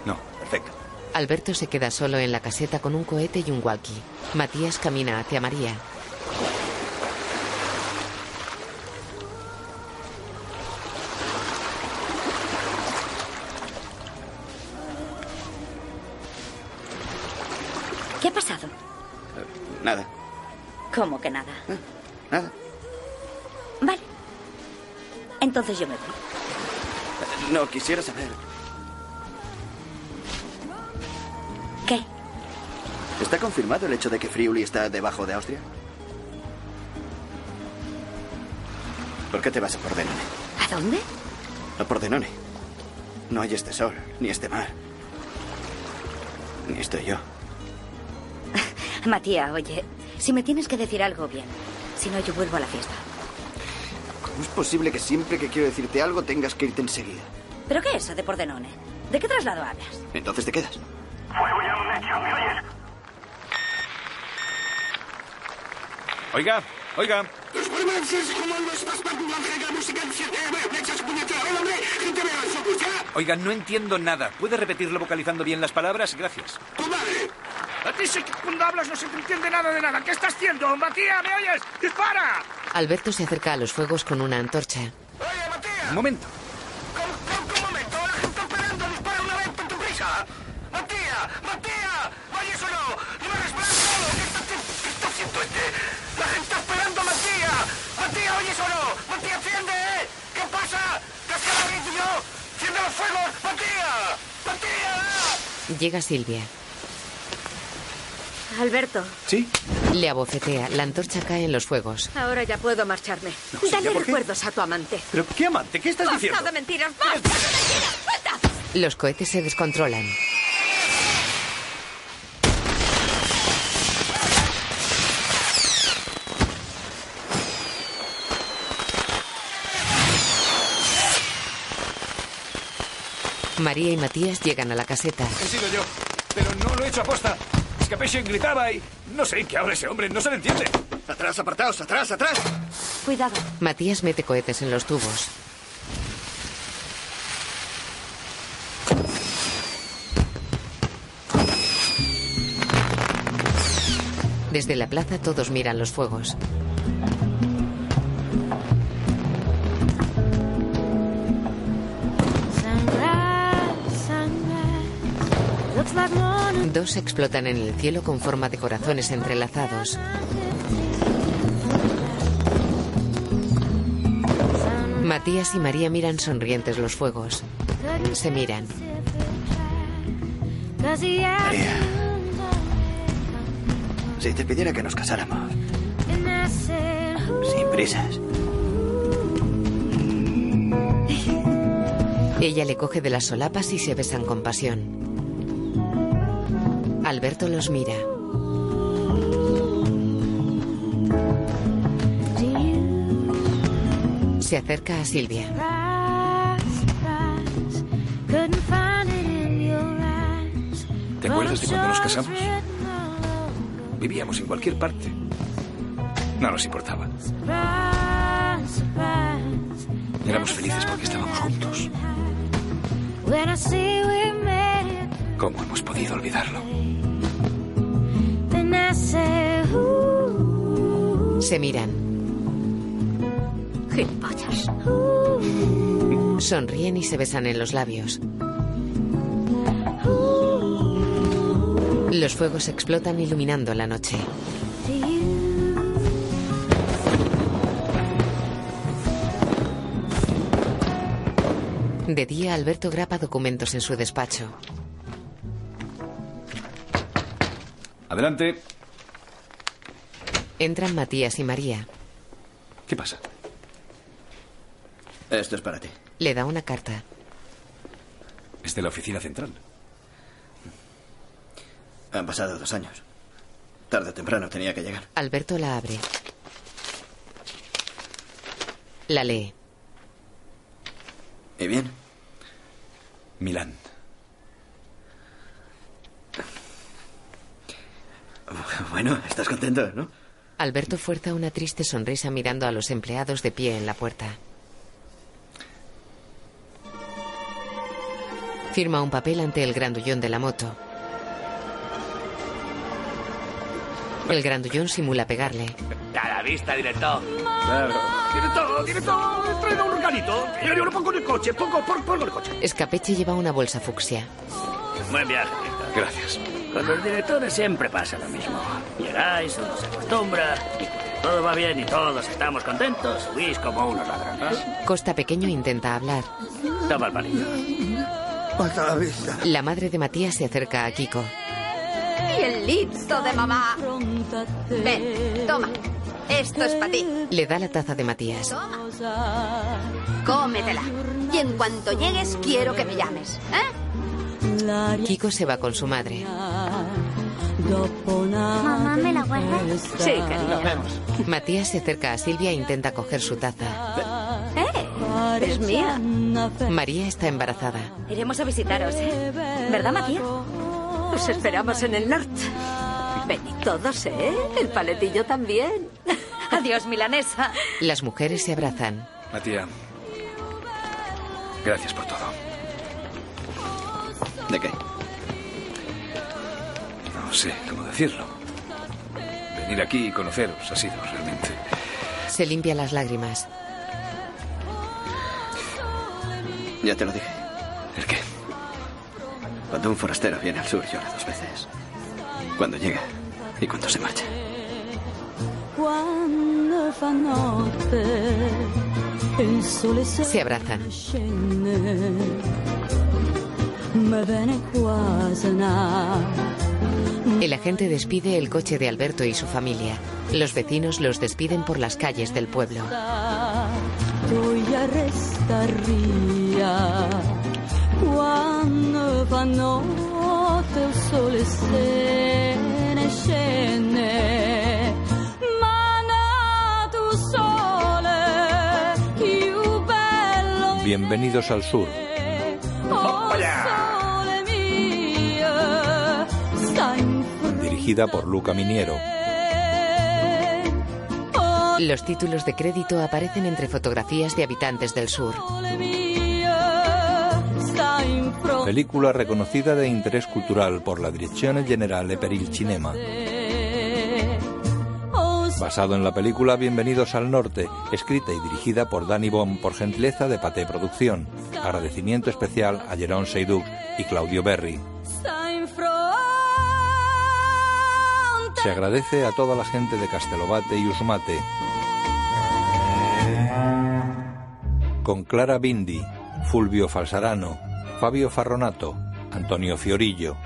S3: No.
S12: Perfecto.
S2: Alberto se queda solo en la caseta con un cohete y un walkie. Matías camina hacia María.
S14: ¿Qué ha pasado?
S12: Nada.
S14: ¿Cómo que ¿Eh? nada?
S12: Nada.
S14: Vale. Entonces yo me voy.
S12: No, quisiera saber.
S14: ¿Qué?
S12: ¿Está confirmado el hecho de que Friuli está debajo de Austria? ¿Por qué te vas a Pordenone?
S14: ¿A dónde?
S12: A Pordenone. No hay este sol, ni este mar. Ni estoy yo.
S14: Matías, oye, si me tienes que decir algo bien, si no yo vuelvo a la fiesta.
S12: ¿Cómo es posible que siempre que quiero decirte algo tengas que irte enseguida?
S14: ¿Pero qué es eso de Pordenone? ¿De qué traslado hablas?
S12: Entonces te quedas.
S3: Oiga, oiga. Oiga, no entiendo nada. ¿Puede repetirlo vocalizando bien las palabras? Gracias.
S37: ¡Tu madre! A ti sí que cuando hablas no se te entiende nada de nada. ¿Qué estás haciendo? Matías, ¿me oyes? ¡Dispara!
S2: Alberto se acerca a los fuegos con una antorcha.
S3: Un momento.
S6: este? ¡La gente está esperando a Matías! ¡Matías, oyes o no! ¡Matías, enciende! eh! ¿Qué pasa? ¿Qué has quedado yo? ¡Enciende los fuegos! ¡Matías!
S2: Llega Silvia.
S5: Alberto,
S3: ¿Sí?
S2: Le abofetea. La antorcha cae en los fuegos.
S5: ahora ya puedo marcharme. Dale recuerdos a tu amante.
S3: ¿Pero qué amante? ¿Qué
S5: ¡Basta de mentiras! ¡Basta de mentiras! ¡Basta!
S2: Los cohetes se descontrolan. María y Matías llegan a la caseta.
S3: He sido yo, pero no lo he hecho aposta. Escapeche gritaba y no sé en qué habla ese hombre, no se le entiende.
S12: Atrás, apartaos, atrás, atrás.
S14: Cuidado.
S2: Matías mete cohetes en los tubos. Desde la plaza todos miran los fuegos.
S4: Sunrise, sunrise. Looks like morning.
S2: Dos explotan en el cielo con forma de corazones entrelazados. Matías y María miran sonrientes los fuegos. Se miran.
S4: Cause the afternoon's
S12: Si te pidiera que nos casáramos,
S4: up and I said,
S12: sin prisas.
S2: Ella le coge de las solapas y se besan con pasión. Alberto los mira. Se acerca a Silvia.
S4: "Rise, rise." Couldn't find it in your eyes.
S3: ¿Te acuerdas de cuando nos casamos? Vivíamos en cualquier parte. No nos importaba.
S4: Rise, rise.
S3: Éramos felices porque estábamos juntos.
S4: When I see we made it,
S3: ¿Cómo hemos podido olvidarlo?
S4: then I say, ooh,
S2: Se miran.
S14: Gilipollas.
S2: Sonríen y se besan en los labios. Los fuegos explotan iluminando la noche.
S4: to you.
S2: De día, Alberto grapa documentos en su despacho.
S3: Adelante.
S2: Entran Matías y María.
S3: ¿Qué pasa?
S12: Esto es para ti.
S2: Le da una carta.
S3: Es de la oficina central.
S12: Han pasado dos años. Tarde o temprano tenía que llegar.
S2: Alberto la abre. La lee.
S12: ¿Y bien?
S3: Milán.
S12: Bueno, estás contento, ¿no?
S2: Alberto fuerza una triste sonrisa mirando a los empleados de pie en la puerta. Firma un papel ante el grandullón de la moto. El grandullón simula pegarle.
S9: A la vista, director.
S12: Claro.
S6: Director, director, trae un organito. Mira, yo lo pongo en el coche. Pongo, pongo, pongo en el coche.
S2: Escapeche lleva una bolsa fucsia.
S9: Buen viaje, director.
S3: Gracias.
S9: Con los directores siempre pasa lo mismo. Llegáis, uno se acostumbra, y todo va bien y todos estamos contentos. Subís como unos ladrones.
S2: Costa Pequeño intenta hablar.
S9: Toma el palillo.
S2: la madre de Matías se acerca a Kiko.
S22: Y el listo de mamá. Ven, toma. Esto es para ti.
S2: Le da la taza de Matías.
S22: Toma. Cómetela. Y en cuanto llegues, quiero que me llames. ¿eh?
S2: Kiko se va con su madre.
S19: Mamá, ¿me la guardas?
S5: Sí, cariño. Nos vemos.
S2: Matías se acerca a Silvia e intenta coger su taza.
S5: ¡Eh! Es mía.
S2: María está embarazada.
S38: Iremos a visitaros, ¿eh? ¿Verdad, Matías?
S5: Os esperamos en el norte. Venid todos, ¿eh? El paletillo también.
S38: Adiós, milanesa.
S2: Las mujeres se abrazan.
S3: Matías, gracias por todo.
S12: ¿De qué?
S3: No sé cómo decirlo. Venir aquí y conoceros ha sido realmente.
S2: Se limpia las lágrimas.
S12: Ya te lo dije.
S3: ¿El qué?
S12: Cuando un forastero viene al sur llora dos veces. Cuando llega y cuando se marcha.
S2: Se abrazan. El agente despide el coche de Alberto y su familia. Los vecinos los despiden por las calles del pueblo.
S1: Bienvenidos al sur. Dirigida por Luca Miniero.
S2: Los títulos de crédito aparecen entre fotografías de habitantes del sur.
S1: Película reconocida de interés cultural por la Dirección Generale per il Cinema. Basado en la película Bienvenidos al Norte, escrita y dirigida por Danny Bohm por gentileza de Paté Producción. Agradecimiento especial a Jerón Seydoux y Claudio Berry. Se agradece a toda la gente de Castelobate y Usmate. Con Clara Bindi, Fulvio Falsarano, Fabio Farronato, Antonio Fiorillo,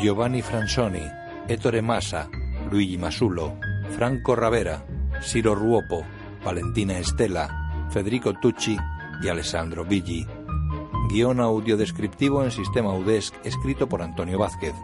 S1: Giovanni Fransoni, Ettore Massa, Luigi Masulo, Franco Ravera, Ciro Ruopo, Valentina Estela, Federico Tucci y Alessandro Villi. Guión audiodescriptivo en sistema UDESC escrito por Antonio Vázquez.